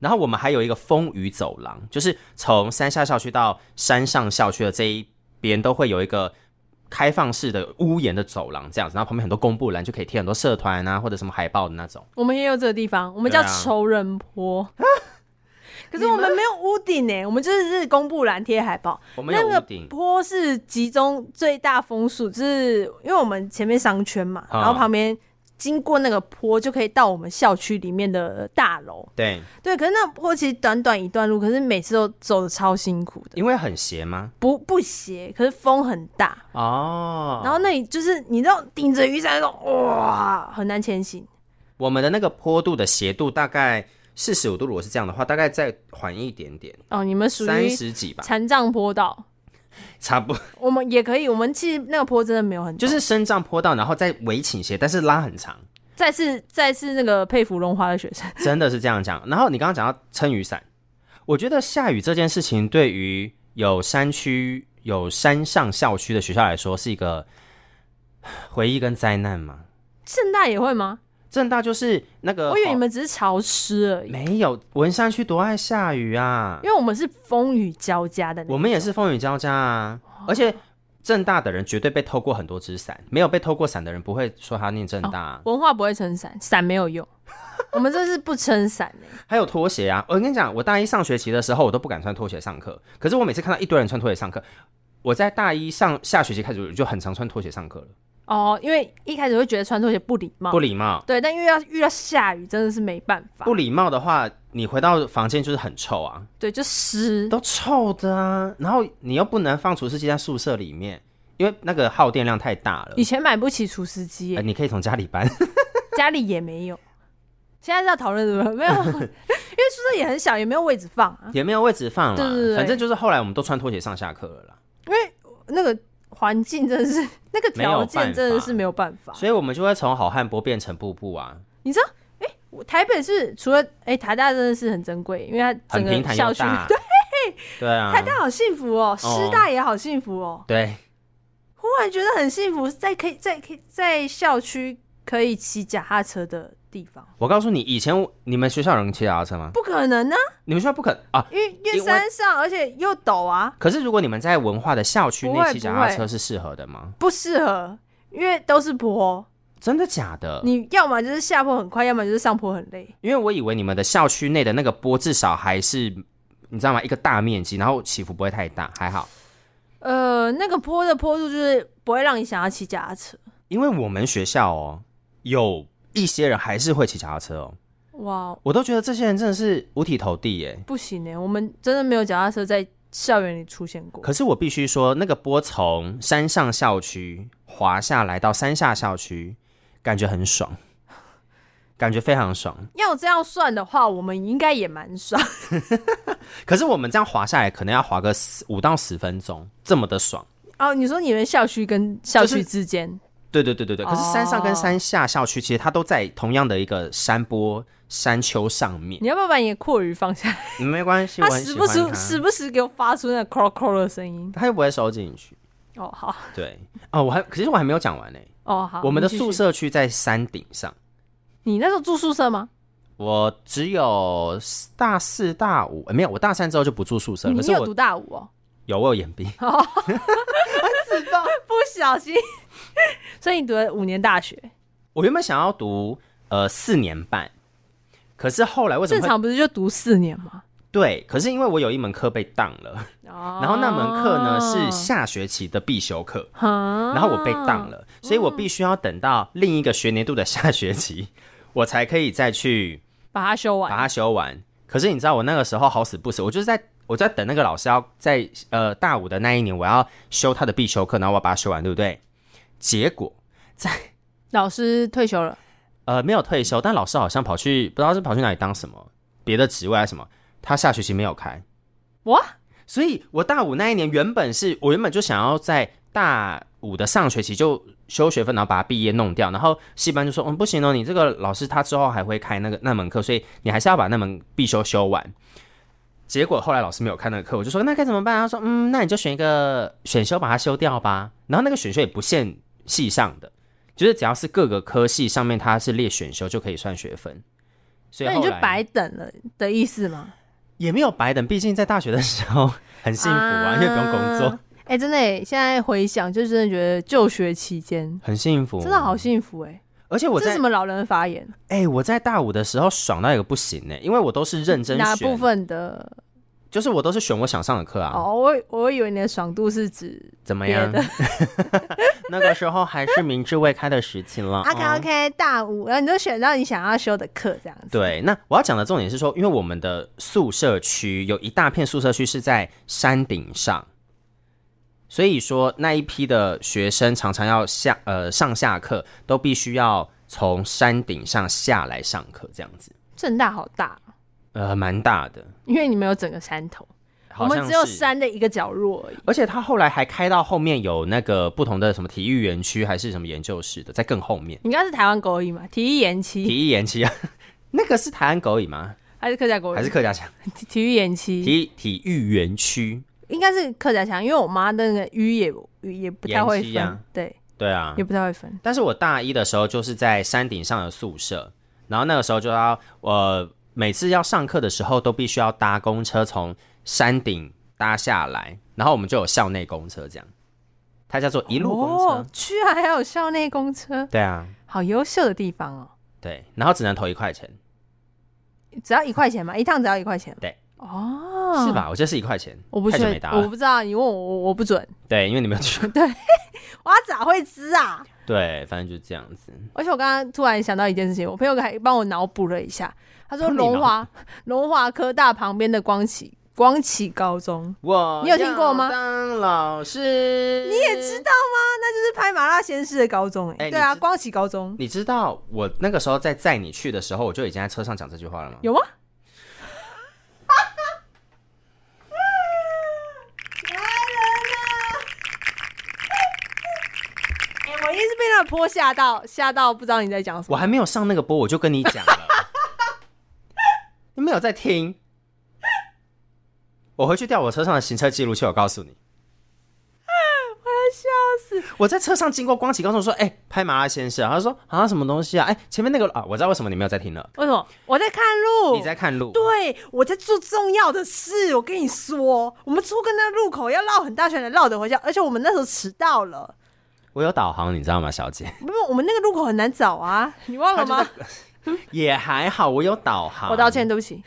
S3: 然后我们还有一个风雨走廊，就是从山下校区到山上校区的这一边都会有一个开放式的屋檐的走廊这样子，然后旁边很多公布栏就可以贴很多社团啊或者什么海报的那种。
S4: 我们也有这个地方，我们叫
S3: 对啊
S4: 仇人坡。 *laughs* 可是我们没有屋顶诶、我们就是公布栏贴海报，
S3: 我们有
S4: 那
S3: 屋
S4: 个
S3: 顶，
S4: 坡是集中最大风速，就是因为我们前面商圈嘛，
S3: 啊
S4: 然后旁边经过那个坡就可以到我们校区里面的大楼。
S3: 对，
S4: 对，可是那坡其实短短一段路，可是每次都走的超辛苦的，
S3: 因为很斜吗？
S4: 不不斜，可是风很大，
S3: 哦，
S4: 然后那里就是你知道顶着雨伞那种，哇，很难前行。
S3: 我们的那个坡度的斜度大概四十五度，如果是这样的话，大概再缓一点点，
S4: 哦，你们属
S3: 三
S4: 于
S3: 十几吧，
S4: 残障坡道，
S3: 差不多。
S4: 我们也可以，我们其实那个坡真的没有很陡，
S3: 就是升降坡道，然后再围倾斜，但是拉很长，
S4: 再次再次那个佩服龙华的学生， *laughs*
S3: 真的是这样讲。然后你刚刚讲到撑雨伞，我觉得下雨这件事情对于有山区、有山上校区的学校来说是一个 *sighs* 回忆跟灾难嘛。
S4: 盛大也会吗？
S3: 正大就是那个，哦
S4: 我以为你们只是潮湿而已，
S3: 没有文山区多爱下雨啊
S4: 因，为我们是风雨交加的那种。
S3: 我们也是风雨交加啊，而且。正大的人绝对被偷过很多只伞，没有被偷过伞的人不会说他念正大啊、
S4: 文化不会撑伞，伞没有用。 *laughs* 我们这是不撑伞欸
S3: 还有拖鞋啊！我跟你讲，我大一上学期的时候，我都不敢穿拖鞋上课。可是我每次看到一堆人穿拖鞋上课，我在大一上下学期开始我就很常穿拖鞋上课了，
S4: 哦，因为一开始会觉得穿拖鞋不礼貌，
S3: 不礼貌。
S4: 对，但因为要遇到下雨真的是没办法，
S3: 不礼貌的话，你回到房间就是很臭啊，
S4: 对，就湿。
S3: 都臭的啊。然后你又不能放除湿机在宿舍里面，因为那个耗电量太大了
S4: 以。前买不起除湿机
S3: 呃、
S4: 欸，
S3: 你可以从家里
S4: *laughs*
S3: 搬，
S4: 家里也没有。现在是要讨论什么？ *laughs*
S3: *laughs*
S4: 没有，因为宿舍也很小，也没有位置放啊。
S3: 也没有位置放
S4: 对对
S3: 了。
S4: 对
S3: 反正就是后来我们都穿拖鞋上下课了啦。
S4: 那个环境真的是，那个条件真的是没有办法。
S3: 所以我们就会从好汉坡变成步步啊，
S4: 你知道，哎、我台北是除了哎、台大真的是很珍贵，因为它
S3: 很
S4: 整
S3: 平
S4: 个
S3: 坦
S4: 校
S3: 又
S4: 区，
S3: 大。
S4: 对，
S3: 对啊，
S4: 台大好幸福哦，师大也好幸福哦，
S3: 对。
S4: 忽然觉得很幸福，在可以在可以在校区可以骑脚踏车的地方，
S3: 我告诉你，以前我你们学校有人骑脚踏车吗？
S4: 不可能啊，
S3: 你们学校不可啊。
S4: 因为
S3: 因
S4: 越
S3: 为
S4: 山上，而且又陡啊，
S3: 可是如果你们在文化的校区
S4: 不会
S3: 内骑脚
S4: 不
S3: 踏
S4: 会
S3: 车是适合的吗？
S4: 不适合，因为都是坡，
S3: 真的假的？
S4: 你要么就是下坡很快，要么就是上坡很累。
S3: 因为我以为你们的校区内的那个坡至少还是你知道吗？一个大面积，然后起伏不会太大，还好。
S4: 呃，那个坡的坡度就是不会让你想要骑脚踏车，
S3: 因为我们学校哦，有一些人还是会骑脚踏车哦，
S4: 哇，
S3: 我都觉得这些人真的是五体投地耶。
S4: 不行哎、我们真的没有脚踏车在校园里出现过。
S3: 可是我必须说，那个坡从山上校区滑下来到山下校区，感觉很爽，感觉非常爽。
S4: 要这样算的话，我们应该也蛮爽。 *laughs*
S3: 可是我们这样滑下来，可能要滑个五到十分钟，这么的爽。
S4: 哦，你说你们校区跟校
S3: 就
S4: 区
S3: 是
S4: 之间，
S3: 对对对对对，可是山上跟
S4: 哦
S3: 山下校区其实它都在同样的一个山坡山丘上面，
S4: 你要不要把你的阔鱼放下？
S3: 嗯没关系，
S4: 它
S3: 我很
S4: 时
S3: 喜
S4: 不
S3: 欢
S4: 时
S3: 它，
S4: 时不时给我发出那 crow crow 的声音。
S3: 它又不会收进去。
S4: 哦，好，
S3: 对，哦，我还可是我还没有讲完呢、
S4: 哦，好。
S3: 我们的
S4: 你继续
S3: 宿，舍区在山顶上，
S4: 你那时候住宿舍吗？
S3: 我只有大四大五、呃没有，我大三之后就不住宿舍，
S4: 你
S3: 可
S4: 你
S3: 是
S4: 有读哦
S3: 我
S4: 大五哦？
S3: 有我有眼病，
S4: *laughs* 不小心，所以你读了五年大学，
S3: 我原本想要读呃四年半，可是后来为什
S4: 正
S3: 么会
S4: 常不是就读四年吗？
S3: 对？可是因为我有一门课被当了，
S4: 然
S3: *laughs* 然后那门课呢是，
S4: 哦
S3: 下学期的必修课。
S4: 然
S3: 然后我被当，了，所以我必须要等到另一个学年度的下学期，我才可以再去
S4: 把它修
S3: 把
S4: 完。
S3: 它修完。可是你知道我那个时候好死不死，我就是在我在等那个老师要在呃大五的那一年，我要修他的必修课，然后我要把它修完，对不对？结果
S4: 老师退休了，
S3: 呃没有退休，但老师好像跑去不知道是跑去哪里当什么别的职位还是什么，他下学期没有开，
S4: 哇，
S3: 所以我大五那一年原本是我原本就想要在大五的上学期就修学分，然后把它毕业弄掉。然后系班就说：“嗯，不行哦，你这个老师他之后还会开那个那门课，所以你还是要把那门必修修完。”结果后来老师没有看那个课，我就说：“那该怎么办啊？”他说：“嗯，那你就选一个选修把它修掉吧。”然后那个选修也不限系上的，就是只要是各个科系上面它是列选修就可以算学分。所以
S4: 那你就
S3: 后来
S4: 白等了的意思吗？
S3: 也没有白等，毕竟在大学的时候 *laughs* 很幸福啊，因为不用工作。
S4: 哎、真的耶，现在回想，就真的觉得就学期间
S3: 很幸福，
S4: 真的好。幸福哎。
S3: 而且哦我
S4: 这是
S3: 在
S4: 什么老人发言？
S3: 哎、我在大五的时候爽到一个不行呢、因为我都是认真
S4: 哪
S3: 选，
S4: 部分的？
S3: 就是我都是选我想上的课啊。
S4: 哦，我我以为你的爽度是指
S3: 怎么
S4: 别
S3: 样
S4: 的？？
S3: *laughs* 那个时候还是明智未开的时期
S4: *laughs*
S3: 了。
S4: 啊 OK
S3: 哦
S4: OK，大五，然后你就选到你想要修的课这样子。，
S3: 对，那我要讲的重点是说，因为我们的宿舍区有一大片宿舍区是在山顶上，所以说那一批的学生常常要下呃上下课都必须要从山顶上下来上课，这样子，
S4: 正大好大，
S3: 呃，蛮大的。
S4: 因为你们有整个山头，我
S3: 好
S4: 们
S3: 像
S4: 只有
S3: 是
S4: 山的一个角落而已。
S3: 而且他后来还开到后面有那个不同的什么体育园区还是什么研究室的，在更后面。
S4: 你应该是台湾狗语嘛？体育延
S3: 体
S4: 期
S3: 育研期啊， *laughs* 那个是台湾狗语吗？
S4: 还是客家狗语？
S3: 还是客家腔？
S4: 体体育延期？
S3: 体体育园区，
S4: 应该是客家腔，因为我妈那个语也语也不太会
S3: 延
S4: 分，
S3: 期啊
S4: 对，
S3: 对啊
S4: 也。不太会分。
S3: 但是我大一的时候就是在山顶上的宿舍，然后那个时候就要呃，每次要上课的时候都必须要搭公车从山顶搭下来，然后我们就有校内公车这样，它叫做一路公车。
S4: 哦，居然还有校内公车，
S3: 对啊，
S4: 好优秀的地方哦！
S3: 对，然后只能投一块钱，
S4: 只要一块钱嘛，一趟只要一块钱。
S3: 对，
S4: 哦，
S3: 是？吧？我记得是一块钱，
S4: 我不
S3: 太久
S4: 确
S3: 没，搭了
S4: 我不知道，你问我，我我不准，
S3: 对，因为你没有去 *laughs* 过。
S4: 我咋会知啊？
S3: 对，反正就是这样子。
S4: 而且我刚刚突然想到一件事情，我朋友还帮我脑补了一下，他说
S3: 帮你脑补
S4: 龙华龙华科大旁边的光启光启高中，
S3: 我
S4: 你有听过吗
S3: 要当老师，
S4: 你也知道吗？那就是拍麻辣鲜师的高中哎、
S3: 嗯哎你
S4: 对啊，
S3: 知
S4: 光启高中
S3: 你知道我那个时候在载你去的时候，我就已经在车上讲这句话了吗？*laughs*
S4: 有吗？啊哎我一直被那个坡吓到，吓到不知道你在讲什
S3: 我
S4: 么。
S3: 还没有上那个播，我就跟你讲
S4: *laughs*
S3: 了，你没有在听。我回去调我车上的行车记录器，我告诉你，
S4: 笑死！
S3: 我在车上经过光启高中说：“哎、拍麻辣鲜师啊！”他说：“啊，什么东西啊？哎、前面那个啊，我知道为什么你没有在听了，
S4: 为什么？我在看路，
S3: 你在看路。”
S4: 对，我在做重要的事。我跟你说，我们出个那路口要绕很大圈才绕得回家，而且我们那时候迟到了，
S3: 我有导航，你知道吗，小姐？ *laughs*
S4: 因为我们那个路口很难找啊， *laughs* 你忘了吗？
S3: 也还好，我有导航。
S4: 我道歉，，对不起，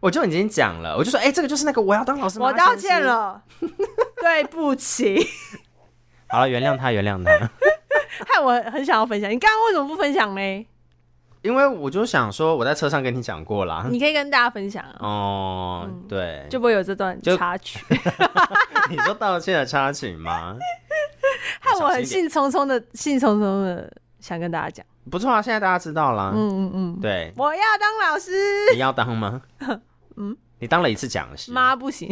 S3: 我就已经讲了，我就说，哎、这个就是那个我要当老师，
S4: 我
S3: 麻辣
S4: 道
S3: 鲜师
S4: 歉。了， *laughs* 对不起，
S3: 好了，原谅他，原谅
S4: *laughs*
S3: 他。
S4: 害我很想要分享。你刚刚为什么不分享呢？
S3: 因为我就想说，我在车上跟你讲过啦。
S4: 你可以跟大家分享啊，
S3: 哦，对，
S4: 就不会有这段
S3: 就
S4: 插曲，
S3: 你说道歉的插曲吗？
S4: *laughs* 害我很
S3: 小心一
S4: 兴冲冲的、兴冲冲的想跟大家讲，
S3: 点不错啊，现在大家知道啦。
S4: 嗯嗯嗯，
S3: 对，
S4: 我要当老师。
S3: 你要当
S4: *laughs*
S3: 吗？嗯，你当了一次讲师。
S4: 妈不行，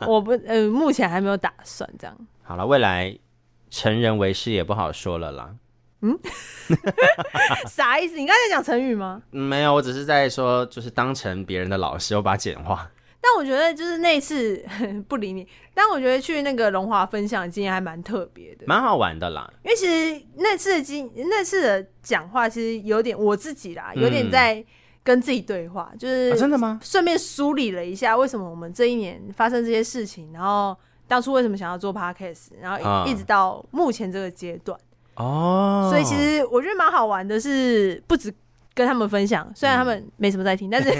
S4: 我不呃，目前还没有打算这样。
S3: 好了，未来成人为师也不好说了啦。
S4: 啥意思？你刚才讲成语吗？
S3: 嗯没有，我只是在说，就是当成别人的老师，我把它简化。
S4: 但我觉得就是那一次 *laughs* 不理你，但我觉得去那个龙华分享的经验还蛮特别的，
S3: 蛮好玩的啦。啊
S4: 因为其实那次的经那次的讲话其实有点我自己啦，
S3: 嗯
S4: 有点在跟自己对话，就是、
S3: 啊真的吗？
S4: 顺便梳理了一下为什么我们这一年发生这些事情，然后当初为什么想要做 podcast，然后一,、
S3: 啊
S4: 一直到目前这个阶段，
S3: 哦，
S4: 所以其实我觉得蛮好玩的是，不止跟他们分享，虽然他们没什么在听，但是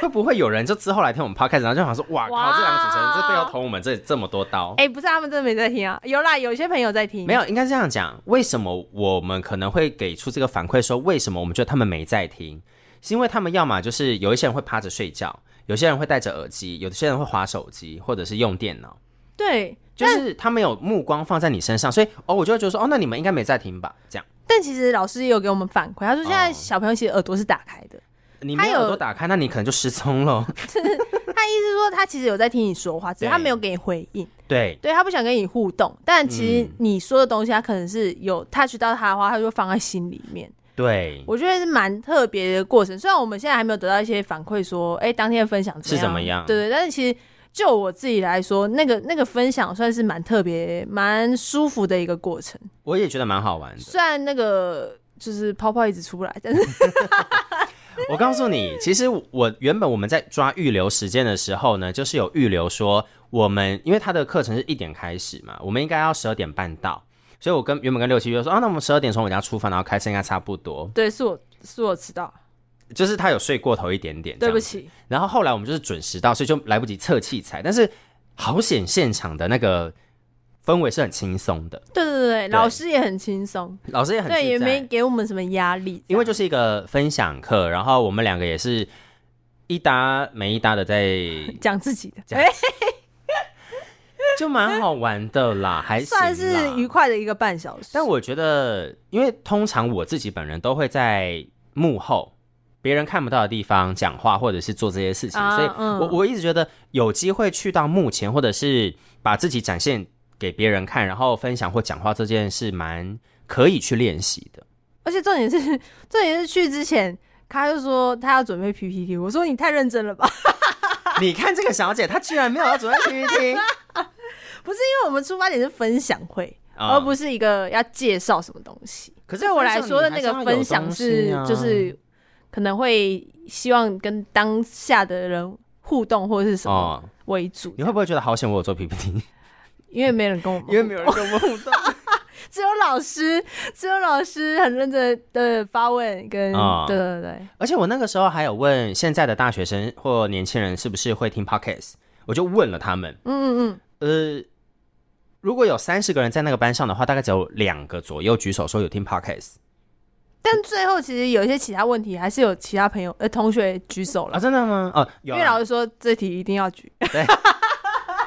S3: 会不会有人就之后来听我们 podcast，然后就想说，哇
S4: 哇哦
S3: 靠，这两个主持人这背后捅我们这这么多刀？
S4: 哎、不是他们真的没在听啊，有啦，有些朋友在听，
S3: 没有，应该这样讲。为什么我们可能会给出这个反馈，说为什么我们觉得他们没在听？是因为他们要么就是有一些人会趴着睡觉，有些人会戴着耳机，有些人会划手机，或者是用电脑，
S4: 对，
S3: 就是他们有目光放在你身上，所以哦，我就会觉得说，哦，那你们应该没在听吧？这样，
S4: 但其实老师也有给我们反馈，他说现在
S3: 哦
S4: 小朋友其实耳朵是打开的，
S3: 你
S4: 他
S3: 没有耳
S4: 有
S3: 朵打开，那你可能就失踪
S4: *laughs*
S3: 了。
S4: 他意思是说他其实有在听你说话，只是他
S3: 对
S4: 没有给你回应，
S3: 对，
S4: 对他不想跟你互动，但其实
S3: 嗯
S4: 你说的东西他可能是有 touch 到他的话，他就会放在心里面。
S3: 嗯对，
S4: 我觉得是蛮特别的过程，虽然我们现在还没有得到一些反馈说，哎、当天的分享
S3: 是怎么样
S4: 对对，但是其实。就我自己来说，那个那个分享算是蛮特别、蛮舒服的一个过程。
S3: 我也觉得蛮好玩的。
S4: 虽然那个就是泡泡一直出不来，
S3: *laughs*
S4: 但是。
S3: 我告诉你，其实我原本我们在抓预留时间的时候呢，就是有预留说我们，因为他的课程是一点开始嘛，我们应该要十二点半到，所以我跟原本跟六七就说啊，那我们十二点从我家出发，然后开车应该差不多
S4: 对，是我是我迟到，
S3: 就是他有睡过头一点点，
S4: 对不。起。
S3: 然后后来我们就是准时到，所以就来不及测器材，但是好险现场的那个氛围是很轻松的，
S4: 对对对，老师也很轻松，
S3: 老师也很自在
S4: 对，也没给我们什么压力，
S3: 因为就是一个分享课，然后我们两个也是一搭没一搭的在
S4: 讲自己的，
S3: 讲
S4: 哎
S3: 就蛮好玩的啦，还行啦
S4: 哎算是愉。快的一个半小时。
S3: 但我觉得，因为通常我自己本人都会在幕后别人看不到的地方讲话，或者是做这些事情，
S4: 啊
S3: 所以
S4: 嗯
S3: 我我一直觉得有机会去到幕前，或者是把自己展现给别人看，然后分享或讲话这件事，蛮可以去练习
S4: *laughs*
S3: 的。
S4: 而且重点是，重点是去之前，他就说他要准备 PPT，我说你太认真了吧， *laughs*
S3: 你看这个小姐，她居然没有要准备
S4: *laughs*
S3: PPT，
S4: 因为我们出发点是分享会，而哦不
S3: 是。
S4: 是一个要介绍什么东西。
S3: 啊可是
S4: 对我来说的
S3: 分享你还
S4: 那个
S3: 要有
S4: 分享
S3: 东
S4: 是
S3: 西啊
S4: 就是可能会希望跟当下的人互动或者是什么
S3: 哦，
S4: 为主，
S3: 你会不会觉得好险我有做
S4: *laughs*
S3: PPT？
S4: 因为没人跟我们，
S3: 有人跟我互动。
S4: 只有老师，只有老师很认真的发问跟，
S3: 啊
S4: 对对对，
S3: 而且我那个时候还有问现在的大学生或年轻人是不是会听 podcast，我就问了他们，
S4: 嗯嗯嗯，
S3: 呃，如果有三十个人在那个班上的话，大概只有两个左右举手说有听 podcast
S4: 但最后其实有一些其他问题，还是有其他朋友呃同学举手了，
S3: 啊，真的吗？哦、有
S4: 因
S3: 啊
S4: 为老师说这题一定要举，
S3: 对
S4: *laughs*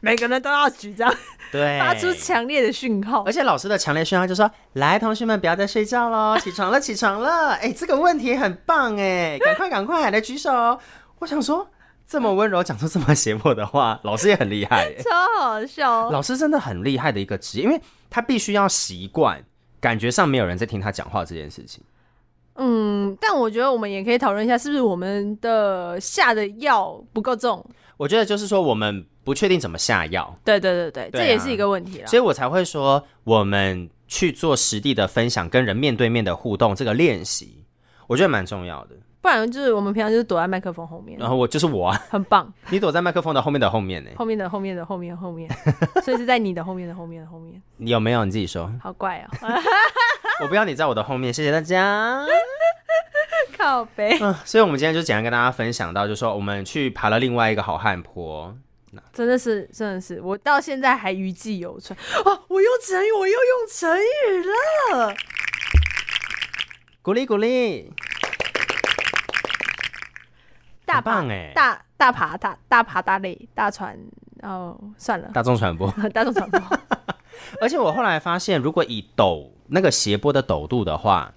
S4: 每个人都要举，这样
S3: 对
S4: 发出强烈的讯号
S3: 而。且老师的强烈讯号就说：“来，同学们，不要再睡觉喽， *laughs* 起床了，起床了！哎、这个问题很棒哎，赶快赶快来举手哦！”我想说，这么温柔讲出这么邪迫的话，老师也很厉害耶。
S4: 超好笑！
S3: 老师真的很厉害的一个职业，因为他必须要习惯感觉上没有人在听他讲话这件事情。
S4: 嗯，但我觉得我们也可以讨论一下，是不是我们的下的药不够重？
S3: 我觉得就是说，我们不确定怎么下药，
S4: 对对对对，
S3: 对啊
S4: 这也是一个问题啦。
S3: 所以我才会说，我们去做实地的分享，跟人面对面的互动，这个练习，我觉得蛮重要的。
S4: 不然就是我们平常就是躲在麦克风后面，
S3: 然后我就是我、啊， *laughs*
S4: 很棒。
S3: 你躲在麦克风的后面的后面呢、
S4: 后面的后面的后面的后面，所以是在你的后面的后面的后面，
S3: 你有没有你自己 *laughs* 说？
S4: 好怪哦、
S3: 我不要你在我的后面，谢谢大 *laughs* 家。
S4: 靠背，
S3: 嗯，所以我们今天就简单跟大家分享到，就说我们去爬了另外一个好汉坡，
S4: 真的是真的是，我到现在还余悸犹存哦，我用成语，我又用成语了。
S3: 鼓励鼓励，
S4: 大
S3: 很
S4: 爬
S3: 棒哎，
S4: 大大爬大大爬大累大船哦，算了，
S3: 大众传播。
S4: 大众传播。
S3: 而且我后来发现，如果以陡那个斜坡的陡度的话，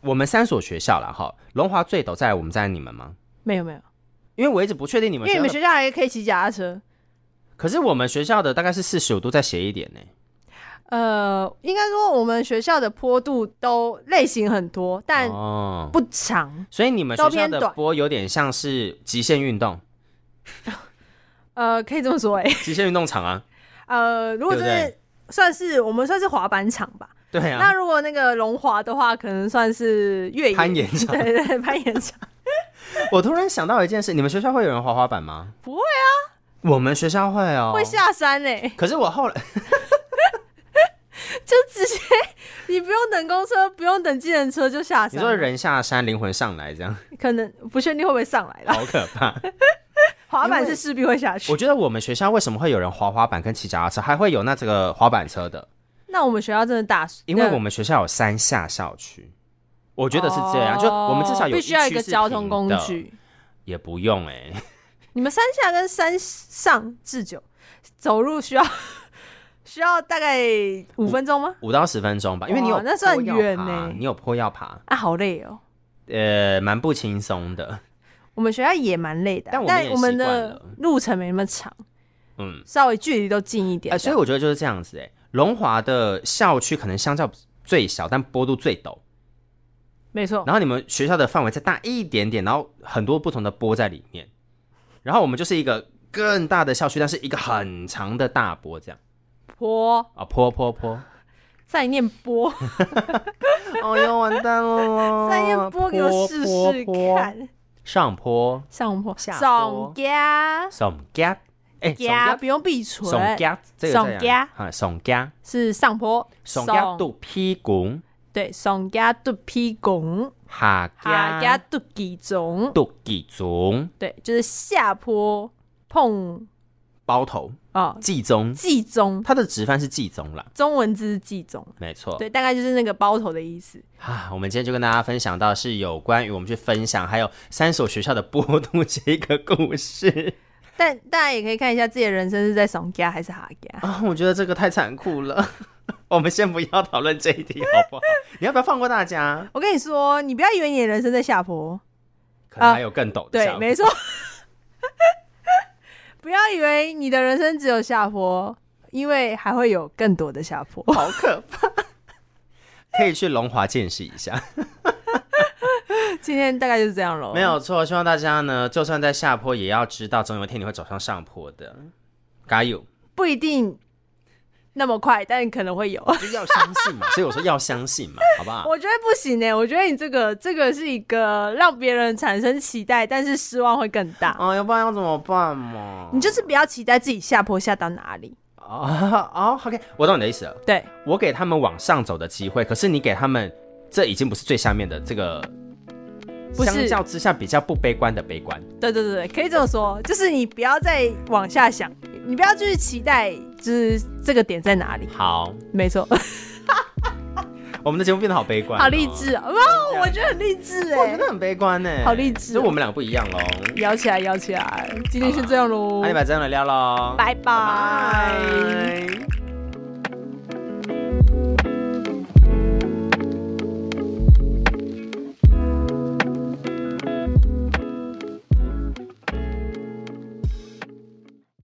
S3: 我们三所学校了哈，龙华最陡，再来我们再来你们吗？
S4: *laughs* 没有没有，
S3: 因为我一直不确定你们
S4: 因为你们
S3: 校
S4: 学校还可以骑脚踏车，
S3: 可是我们学校的大概是四十五度再斜一点呢、
S4: 呃，应该说我们学校的坡度都类型很多，但
S3: 哦，
S4: 不长。
S3: 所以你们学
S4: 都
S3: 校
S4: 偏
S3: 的
S4: 短
S3: 波有点像是极限运 *laughs* 动，
S4: 呃，可以这么说哎、
S3: 极限运动场啊，
S4: 呃，如果就
S3: 对不
S4: 是算是我们算是滑板场吧。
S3: 对
S4: 那
S3: 啊，
S4: 如果那个龙华的话，可能算是越野
S3: 攀岩场
S4: 对对对，攀岩场。
S3: *laughs* 我突然想到一件事，你们学校会有人滑滑板吗？
S4: 不会
S3: 啊，我们学校会哦，
S4: 会下山哎、
S3: 可是我后来，
S4: 就直接你不用等公车，不用等计程车就下
S3: 你
S4: 山。
S3: 说人下山，灵魂上来，这 *laughs* 样
S4: 可能不确定会不会上来了。
S3: 好可怕。
S4: 滑板是势必会下去
S3: 我。觉得我们学校为什么会有人滑滑板跟骑脚踏车，还会有那这个滑板车的？
S4: 那我们学校真的大，
S3: 因为
S4: 那
S3: 我们学校有三下校区，我觉得是这样，
S4: 哦
S3: 就我们至少有
S4: 必须要
S3: 一
S4: 一
S3: 区
S4: 个
S3: 是
S4: 交通
S3: 平
S4: 工
S3: 的，
S4: 具。
S3: 也不用哎、
S4: 你们山下跟山上至久走路需要 *laughs* 需要大概五分钟吗？
S3: *laughs* 五到十分钟吧，因为你有
S4: 哇那算
S3: 坡要
S4: 远
S3: 爬
S4: 欸
S3: 你有坡要爬，
S4: 啊，好累哦。
S3: 呃，蛮不轻松的，
S4: 我们学校也蛮累的啊，
S3: 但我们
S4: 但
S3: 也
S4: 我们
S3: 习惯
S4: 的
S3: 了
S4: 路程没那么长，
S3: 嗯，
S4: 稍微距离都近一
S3: 哎、
S4: 点的。
S3: 所以我觉得就是这样子哎、龙华的校区可能相较最小，但坡度最陡，
S4: 没错，
S3: 然后你们学校的范围再大一点点，然后很多不同的波在里面，然后我们就是一个更大的校区，但是一个很长的大波这样
S4: 坡
S3: 啊，坡坡坡，
S4: 再念坡，
S3: 哦呦，完蛋了，
S4: *laughs* 再念
S3: 哦
S4: 坡给我试
S3: 坡，
S4: 试
S3: 坡
S4: 看。
S3: 上坡，
S4: 上坡，
S3: 下坡
S4: 上家
S3: 耸夹，哎，
S4: 家
S3: 耸
S4: 不用闭
S3: 夹，耸
S4: 唇，
S3: 夹，这个这
S4: 耸
S3: 样
S4: 夹，
S3: 啊，耸夹。
S4: 是上坡，
S3: 上家肚屁股，
S4: 对，上家肚皮拱，
S3: 下
S4: 下家
S3: 家
S4: 肚皮种，
S3: 肚脐中，
S4: 对，就是下坡碰
S3: 包头
S4: 啊，
S3: 髻中，
S4: 季中，
S3: 它的直翻是髻中啦，
S4: 中文字是季中，
S3: 没错。
S4: 对，大概就是那个包头的意思。
S3: 啊，我们今天就跟大家分享到是有关于我们去分享，还有三所学校的波动这个故事
S4: 但大家也可以看一下自己的人生是在上家还是下家。
S3: *laughs* 啊，我觉得这个太残酷了。 *laughs* 我们先不要讨论这一题好不好？你要不要放过大家？
S4: 我跟你说，你不要以为你的人生在下坡，
S3: 可能还有更陡的
S4: 对
S3: 项，目。
S4: 没错。 *laughs* 不要以为你的人生只有下坡，因为还会有更多的下
S3: *laughs*
S4: 坡。
S3: 好可怕。可以去龙华见识一下，
S4: 今天大概就是这样喽。
S3: 没有错。希望大家呢，就算在下坡，也要知道总有一天你会走上上坡的。加 *laughs* 油！
S4: 不一定那么快，但可能会有。
S3: 就要相信嘛，所以我说要相信嘛，好不好？
S4: 我觉得不行呢、欸我觉得你这个这个是一个让别人产生期待，但是失望会更大。
S3: 啊，要不然要怎么办嘛？
S4: 你就是不要期待自己下坡下到哪里。
S3: 啊哦，OK，我懂你的意思了。
S4: 对，
S3: 我给他们往上走的机会，可是你给他们，这已经不是最下面的这个，
S4: 不是
S3: 相较之下比较不悲观的悲观。
S4: 对对对对，可以这么说，就是你不要再往下想，你不要就是期待，就是这个点在哪里。
S3: 好，
S4: 没错，
S3: 我们的节目变得好悲观、
S4: *laughs* 好励。志啊！哇，我觉得很励志
S3: 我
S4: 哎、
S3: 真的很悲观呢、
S4: 好励志哦
S3: 所以我们两个不一样喽。
S4: 摇起来，摇起来！今天先这样喽
S3: 那，你把这样的聊喽，
S4: 拜
S3: 拜
S4: 拜
S3: 拜